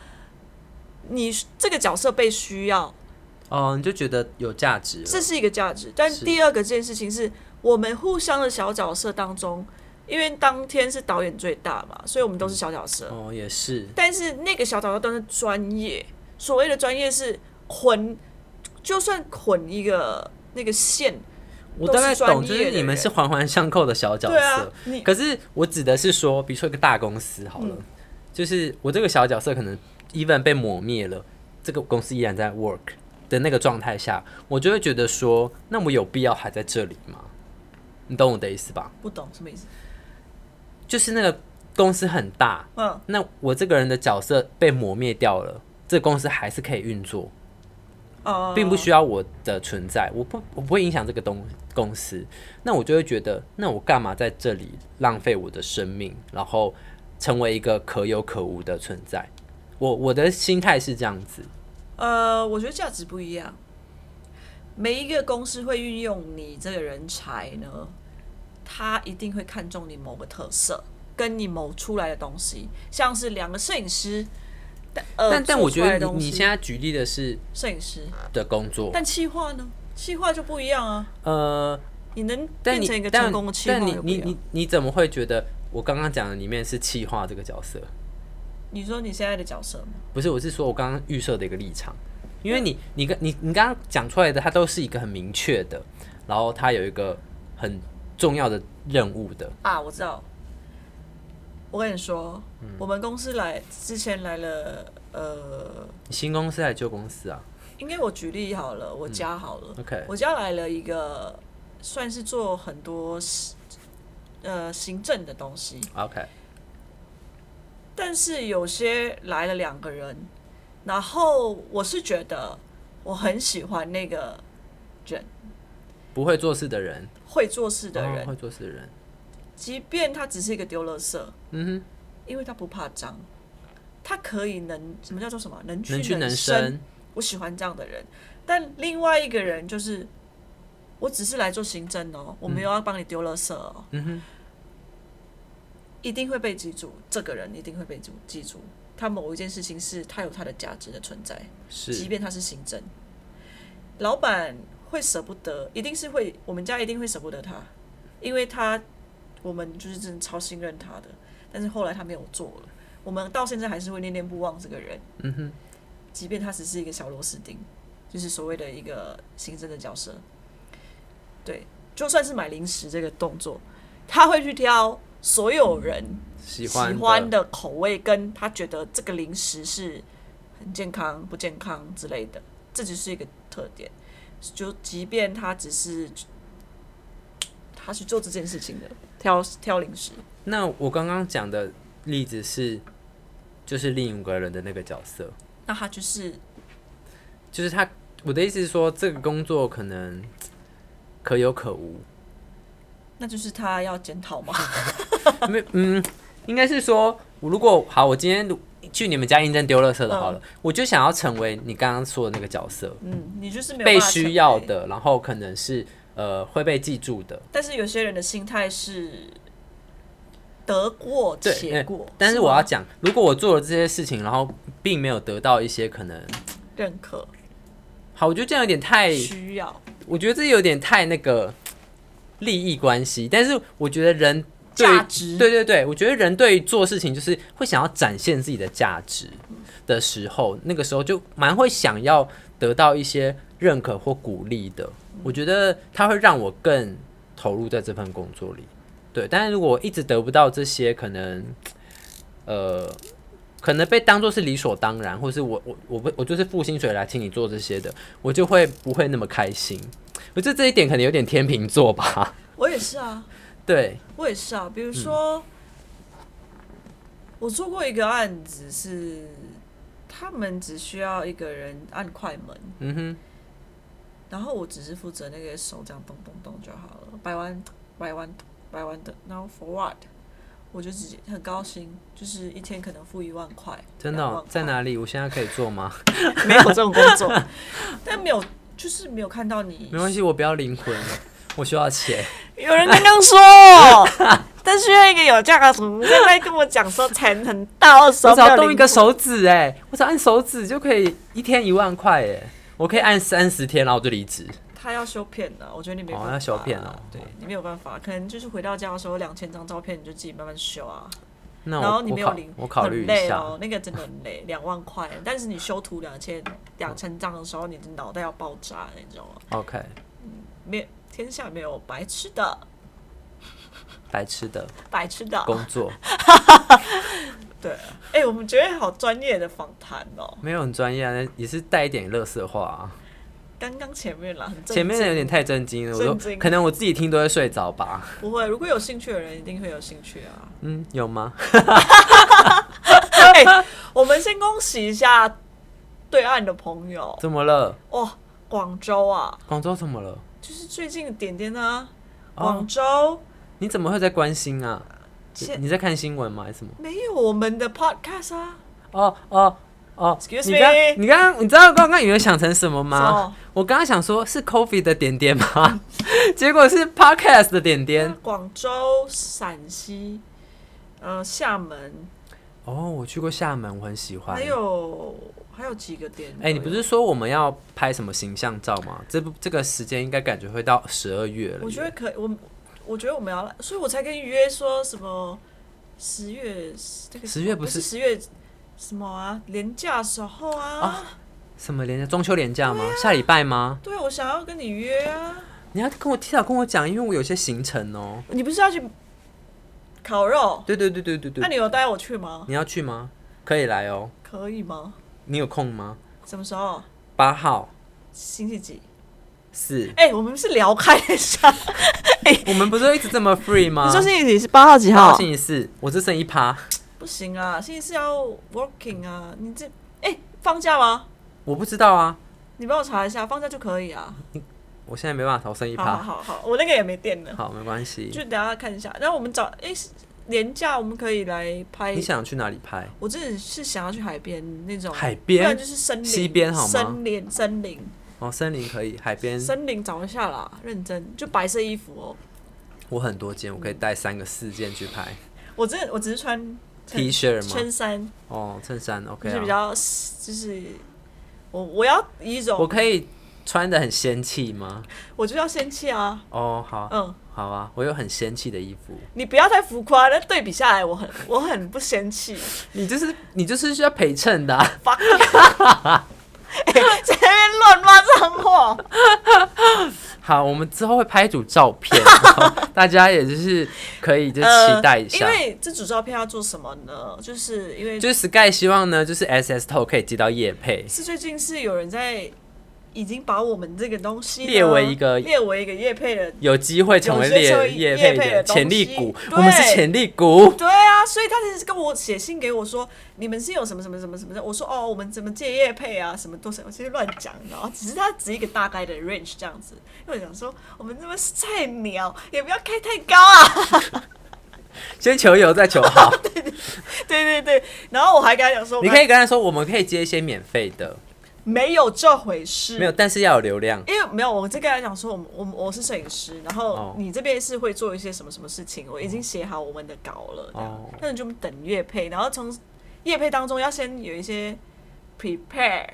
你这个角色被需要，哦，你就觉得有价值了这是一个价值。但啊是第二个这件事情是我们互相的小角色当中，因为当天是导演最大嘛，所以我们都是小角色。哦，也是，但是那个小角色都是专业，所谓的专业是混，就算混一个那个线，我都大是概专懂，就是业的你们人是环环相扣的小角对啊色。，你可是我指的是说，比如说一个大公司好了，就是我这个小角色可能 even 被抹灭了，这个公司依然在 work 的那个状态下，我就会觉得说，那我有必要还在这里吗？你懂我的意思吧？不懂什么意思？就是那个公司很大，嗯，那我这个人的角色被磨灭掉了，这公司还是可以运作，哦、并不需要我的存在，我不我不会影响这个东公司，那我就会觉得，那我干嘛在这里浪费我的生命，然后成为一个可有可无的存在？我我的心态是这样子，呃，我觉得价值不一样。每一个公司会运用你这个人才呢，他一定会看中你某个特色，跟你某出来的东西，像是两个摄影师，呃但但我觉做出来的得东你西你现在举例的是摄影师，的工作，但企划呢？企划就不一样啊，呃，你能但变你成一个成但功的企划但你就不一你样。你你怎么会觉得我刚刚讲的里面是气化这个角色？你说你现在的角色吗？不是，我是说我刚刚预设的一个立场，因为你你跟你你刚刚讲出来的，它都是一个很明确的，然后它有一个很重要的任务的，啊，我知道。我跟你说，嗯我们公司来之前来了，呃，新公司还是旧公司啊？应该我举例好了，我家好了，嗯 OK 我家来了一个算是做很多呃行政的东西， OK，但是有些来了两个人，然后我是觉得我很喜欢那个人不会做事的人，会做事的人哦，会做事的人，即便他只是一个丢垃圾，嗯因为他不怕脏，他可以能什么叫做什么能哼，能屈屈能伸，伸，我喜欢这样的人。但另外一个人就是，我只是来做行政哦，我没有要帮你丢垃圾哦，嗯哼，一定会被记住，这个人一定会被记记住。他某一件事情是他有他的价值的存在，即是便他是行政，老板会舍不得，一定是会，我们家一定会舍不得他，因为他我们就是真的超信任他的，但是后来他没有做了，我们到现在还是会念念不忘这个人，嗯哼，即便他只是一个小螺丝钉，就是所谓的一个行政的角色，对，就算是买零食这个动作，他会去挑所有人嗯喜欢喜欢的口味，跟他觉得这个零食是很健康、不健康之类的，这只是一个特点。就即便他只是他去做这件事情的，挑挑零食，那我刚刚讲的例子是，就是另一个人的那个角色，那他就是就是他，我的意思是说，这个工作可能可有可无，那就是他要检讨嘛。没，嗯，应该是说，我如果好，我今天如去你们家应征丢垃圾的，好了，我就想要成为你刚刚说的那个角色，嗯，你就是没有被办法成需要为的，然后可能是呃会被记住的，但是有些人的心态是得过对，且嗯过，但是我吗要讲，如果我做了这些事情，然后并没有得到一些可能，认可好，我觉得这样有点太，需要我觉得这有点太那个利益关系，但是我觉得人对价值，对对对，我觉得人对于做事情就是会想要展现自己的价值的时候，那个时候就蛮会想要得到一些认可或鼓励的。我觉得它会让我更投入在这份工作里。对，但是如果我一直得不到这些，可能呃，可能被当做是理所当然，或是我我我不我就是付薪水来请你做这些的，我就会不会那么开心。我觉得这一点可能有点天秤座吧。我也是啊， (laughs) 对，我也是啊。比如说，我做过一个案子是，他们只需要一个人按快门，嗯哼，然后我只是负责那个手这样咚咚咚就好了，掰弯掰弯掰弯的，然后 forward，我就直接很高兴，就是一天可能付一万块，真的两哦、万在块哪里？我现在可以做吗？ (laughs) (laughs) 没有这种工作，但没有，就是没有看到你 (laughs) 没。关系，我不要灵魂，我需要钱。 (laughs) 有人刚刚说，但真需要一个有这样的人在跟我讲说钱很大的时我候，只要动一个手指、哎，我只要按手指就可以一天一万块，哎，我可以按三十天，然后我就离职。他要修片的，我觉得你没有哦办法、要修片哦对你没有办法，可能就是回到家的时候两千张照片，你就自己慢慢修啊。那然我后你我没有考零，我考虑很一累下，哦，那个真的很累，两万块。但是你修图两千两千张的时候，你的脑袋要爆炸，你知道吗？ OK，没有天下没有白吃的，白痴的白吃的。工作对，哎、我们觉得好专业的访谈哦。没有很专业啊，也是带一点乐色话、啊。刚刚前面啦，很正前面的有经点太震惊了，我震都惊可能我自己听都会睡着吧。不会，如果有兴趣的人一定会有兴趣啊。 (laughs) 嗯，有吗？对，哎我们先恭喜一下对岸的朋友怎么了？哇，广州啊，广州怎么了？就是最近的点点啊，哦广州、你怎么会在关心啊？现你在看新闻吗？还是什么？没有我们的 podcast 啊，哦哦哦 Excuse 你刚 me 你刚刚你知道刚刚以为想成什么什吗么？我刚刚想说是 Coffee 的点点吗？ (laughs) 结果是 Podcast 的点点。广州、陕西、呃厦门，哦，我去过厦门，我很喜欢。还有还有几个点。哎、你不是？说我们要拍什么形象照吗？这不这个时间应该感觉会到十二月了耶。我觉得可以，我我觉得我们要，所以我才跟你约说什么十月这个十月不不是十月什么啊，廉价时候啊什么连假？中秋连假吗？下礼拜吗？对，我想要跟你约啊。你要跟我提早跟我讲，因为我有些行程哦、你不是要去烤肉？对对对对对对。那你有带我去吗？你要去吗？可以来哦、可以吗？你有空吗？什么时候？八号星期几？四。哎、我们是聊开 (laughs) 一下。啊我们不是一直这么 free 吗？你说星期几是哦八号几八号号？星期四，我只剩一趴，不行啊，星期四要 working 啊。你这哎、放假吗？我不知道啊，你帮我查一下，放假就可以啊。我现在没办法，我剩一好好趴。好好，我那个也没电了，好，没关系哦就。等下看一下。那我们找哎、年假我们可以来拍你。想去哪里拍？我真的是想要去海边那种，海哦不然边就是森林，西边好吗森林，森林。哦，森林可以，海边森林找一下啦，认真就白色衣服哦。我很多件，我可以带三个四件去拍。我真的我只是穿衬 T 恤吗？衬衫，哦，衬衫 OK 就是比啊。较就是我我要以一我种可以穿的很仙气吗？我就要仙气啊，哦，好，嗯，好啊，我有很仙气的衣服。你不要太浮夸，那对比下来我很我很不仙气。你就是你就是需要陪衬的啊、 (laughs) Fuck，前欸面乱骂脏话，好，我们之后会拍一组照 (laughs) 片，然后大家也就是可以就期待一下。呃因为这组照片要做什么呢？就是因为就是 Sky 希望呢，就是 SS Talk 可以接到夜配，是最近是有人在已经把我们这个东西呢列为一个列为一个叶配的有机会成为有机会猎业夜配配的的东潜力西股，对我们是潜力股。对啊，所以他才是跟我写信给我说，你们是有什么什么什么什么的。我说哦，我们怎么借业配啊，什么都是，我其实乱讲的哦，只是他只是一个大概的 range 这样子。因为我想说，我们这么菜鸟，也不要开太高啊。 (laughs) 先求有，再求好。对对对，然后我还跟他讲说，你可以跟他说，我们可以接一些免费的，没有这回事，没有，但是要有流量。因为没有，我在跟他讲说，我们我们我是摄影师，然后哦你这边是会做一些什么什么事情，我已经写好我们的稿了，这样哦，那你就等乐配，然后从乐配当中要先有一些 prepare。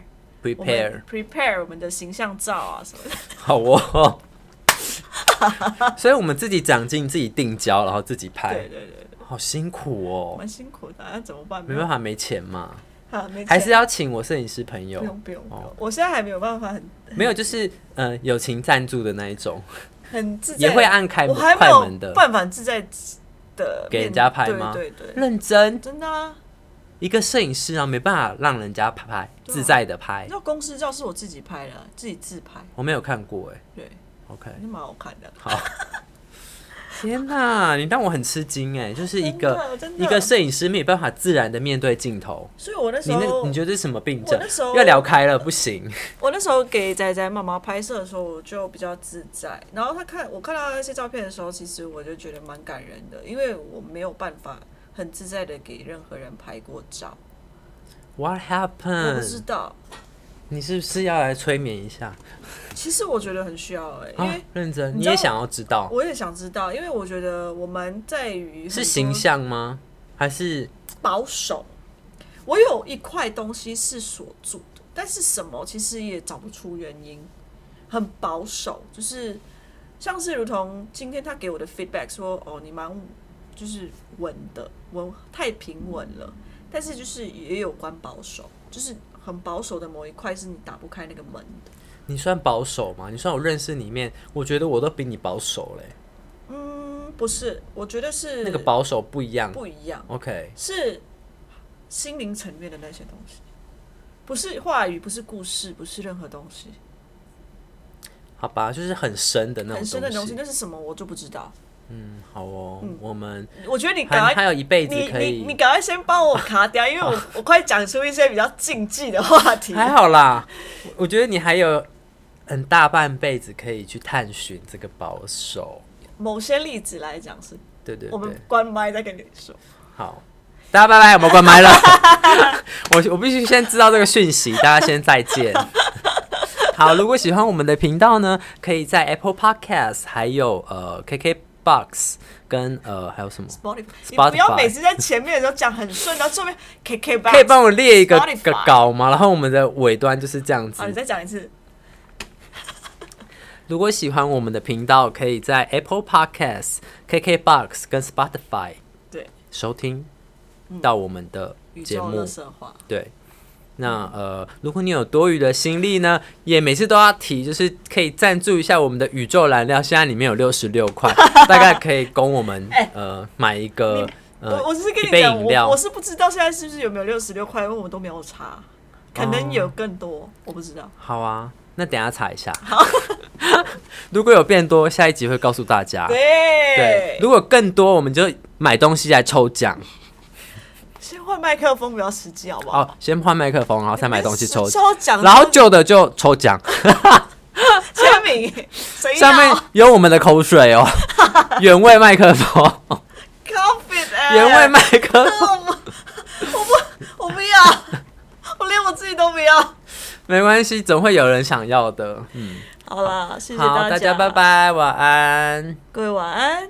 我们 Prepare， prepare 我们的形象照啊什么的。好哦。 (laughs) 所以我们自己长进，自己定焦，然后自己对拍，对对，对好辛苦哦。蛮辛苦的啊，那怎么办？没办法，没钱嘛，啊，没钱还是要请我摄影师朋不友用。不用不用哦。我现在还没有办法很没有，就是呃，友情赞助的那一种，很自在，也会按开我门还没快门有的。办法自在的给人家拍吗对对对，认真，真的啊。一个摄影师啊，没办法让人家拍拍对啊自在的拍，那公司照是我自己拍的啊，自己自拍，我没有看过哎、对， OK，还是蛮好看的。天哪，你让我很吃惊哎、就是一真个的真的一个摄影师没有办法自然的面对镜头。所以我那时你那候你，觉得这是什么病症我那时候？要聊开了不行，我那时候给仔仔妈妈拍摄的时候，我就比较自在。然后他看我看到那些照片的时候，其实我就觉得蛮感人的，因为我没有办法很自在的给任何人拍过照。 What 我不知嗯 happened？道，你是不是要来催眠一下其实我觉得很需要哎、因啊为？认真，你你知道也想要知道我也想知道，因为我觉得我们在于很多是形象吗？还是保守。我有一块东西是锁住的，但是什么其实也找不出原因，很保守，就是像是如同今天他给我的 feedback 说，哦，你蛮就是稳的，稳太平稳了，但是就是也有关保守，就是很保守的某一块是你打不开那个门的。你算保守吗？你算我认识里面，我觉得我都比你保守嘞、嗯，不是，我觉得是那个保守不一样。不一样。 OK，是心灵层面的那些东西，不是话语，不是故事，不是任何东西，好吧，就是很深的那很种深的东东西，西。那是什么我就不知道。嗯，好哦，我们我觉得你赶还还快，有一辈子你可你你以，赶快先帮我卡掉，因为 (laughs) 我我快讲出一些比较禁忌的话题。还好啦。我我觉得你还有很大半辈子可以去探寻这个保守。某些例子来讲是，对对我对们，关麦再跟你说。好，大家拜拜，我们关麦了。 (laughs) 我我必须先知道这个讯息，大家先再 (laughs) 见。好，如果喜欢我们的频道呢，可以在 Apple Podcast，还有呃 KK Box 跟呃还有什么， Spotify，你不要 Spotify 每次在前面的时候讲很顺，然后后面 KK 吧。可以帮我列一个 Spotify 个稿吗？然后我们的尾端就是这样子好，你。再讲一次。如果喜欢我们的频道，可以在 Apple Podcast、KK Box 跟 Spotify 对，收听到我们的宇节宙目乐。色话，对，那呃，如果你有多余的心力呢，也每次都要提，就是可以赞助一下我们的宇宙燃料，现在里面有六十六 (laughs) 块，大概可以供我们哎呃买一个呃我我只是跟一你杯讲，饮我料我。是不知道现在是不是有没有六十六块，因为我都没有查，可能有更多，我不知道。哦好啊，那等一下查一下。 (laughs) 如果有变多，下一集会告诉大家。对对，，如果更多，我们就买东西来抽奖。先换麦克风比较实际，好不哎好？哦，先换麦克风，然后再买东西抽奖，抽奖，然后旧的就抽奖。(laughs) 签名，谁上面有我们的口水 (laughs) 哦，原味麦克风， coffee (laughs) 原味麦克风。我不，我不，我不要，我连我自己都不要。没关系，总会有人想要的。好啦，谢谢好，大家拜，拜，晚安。各位晚安。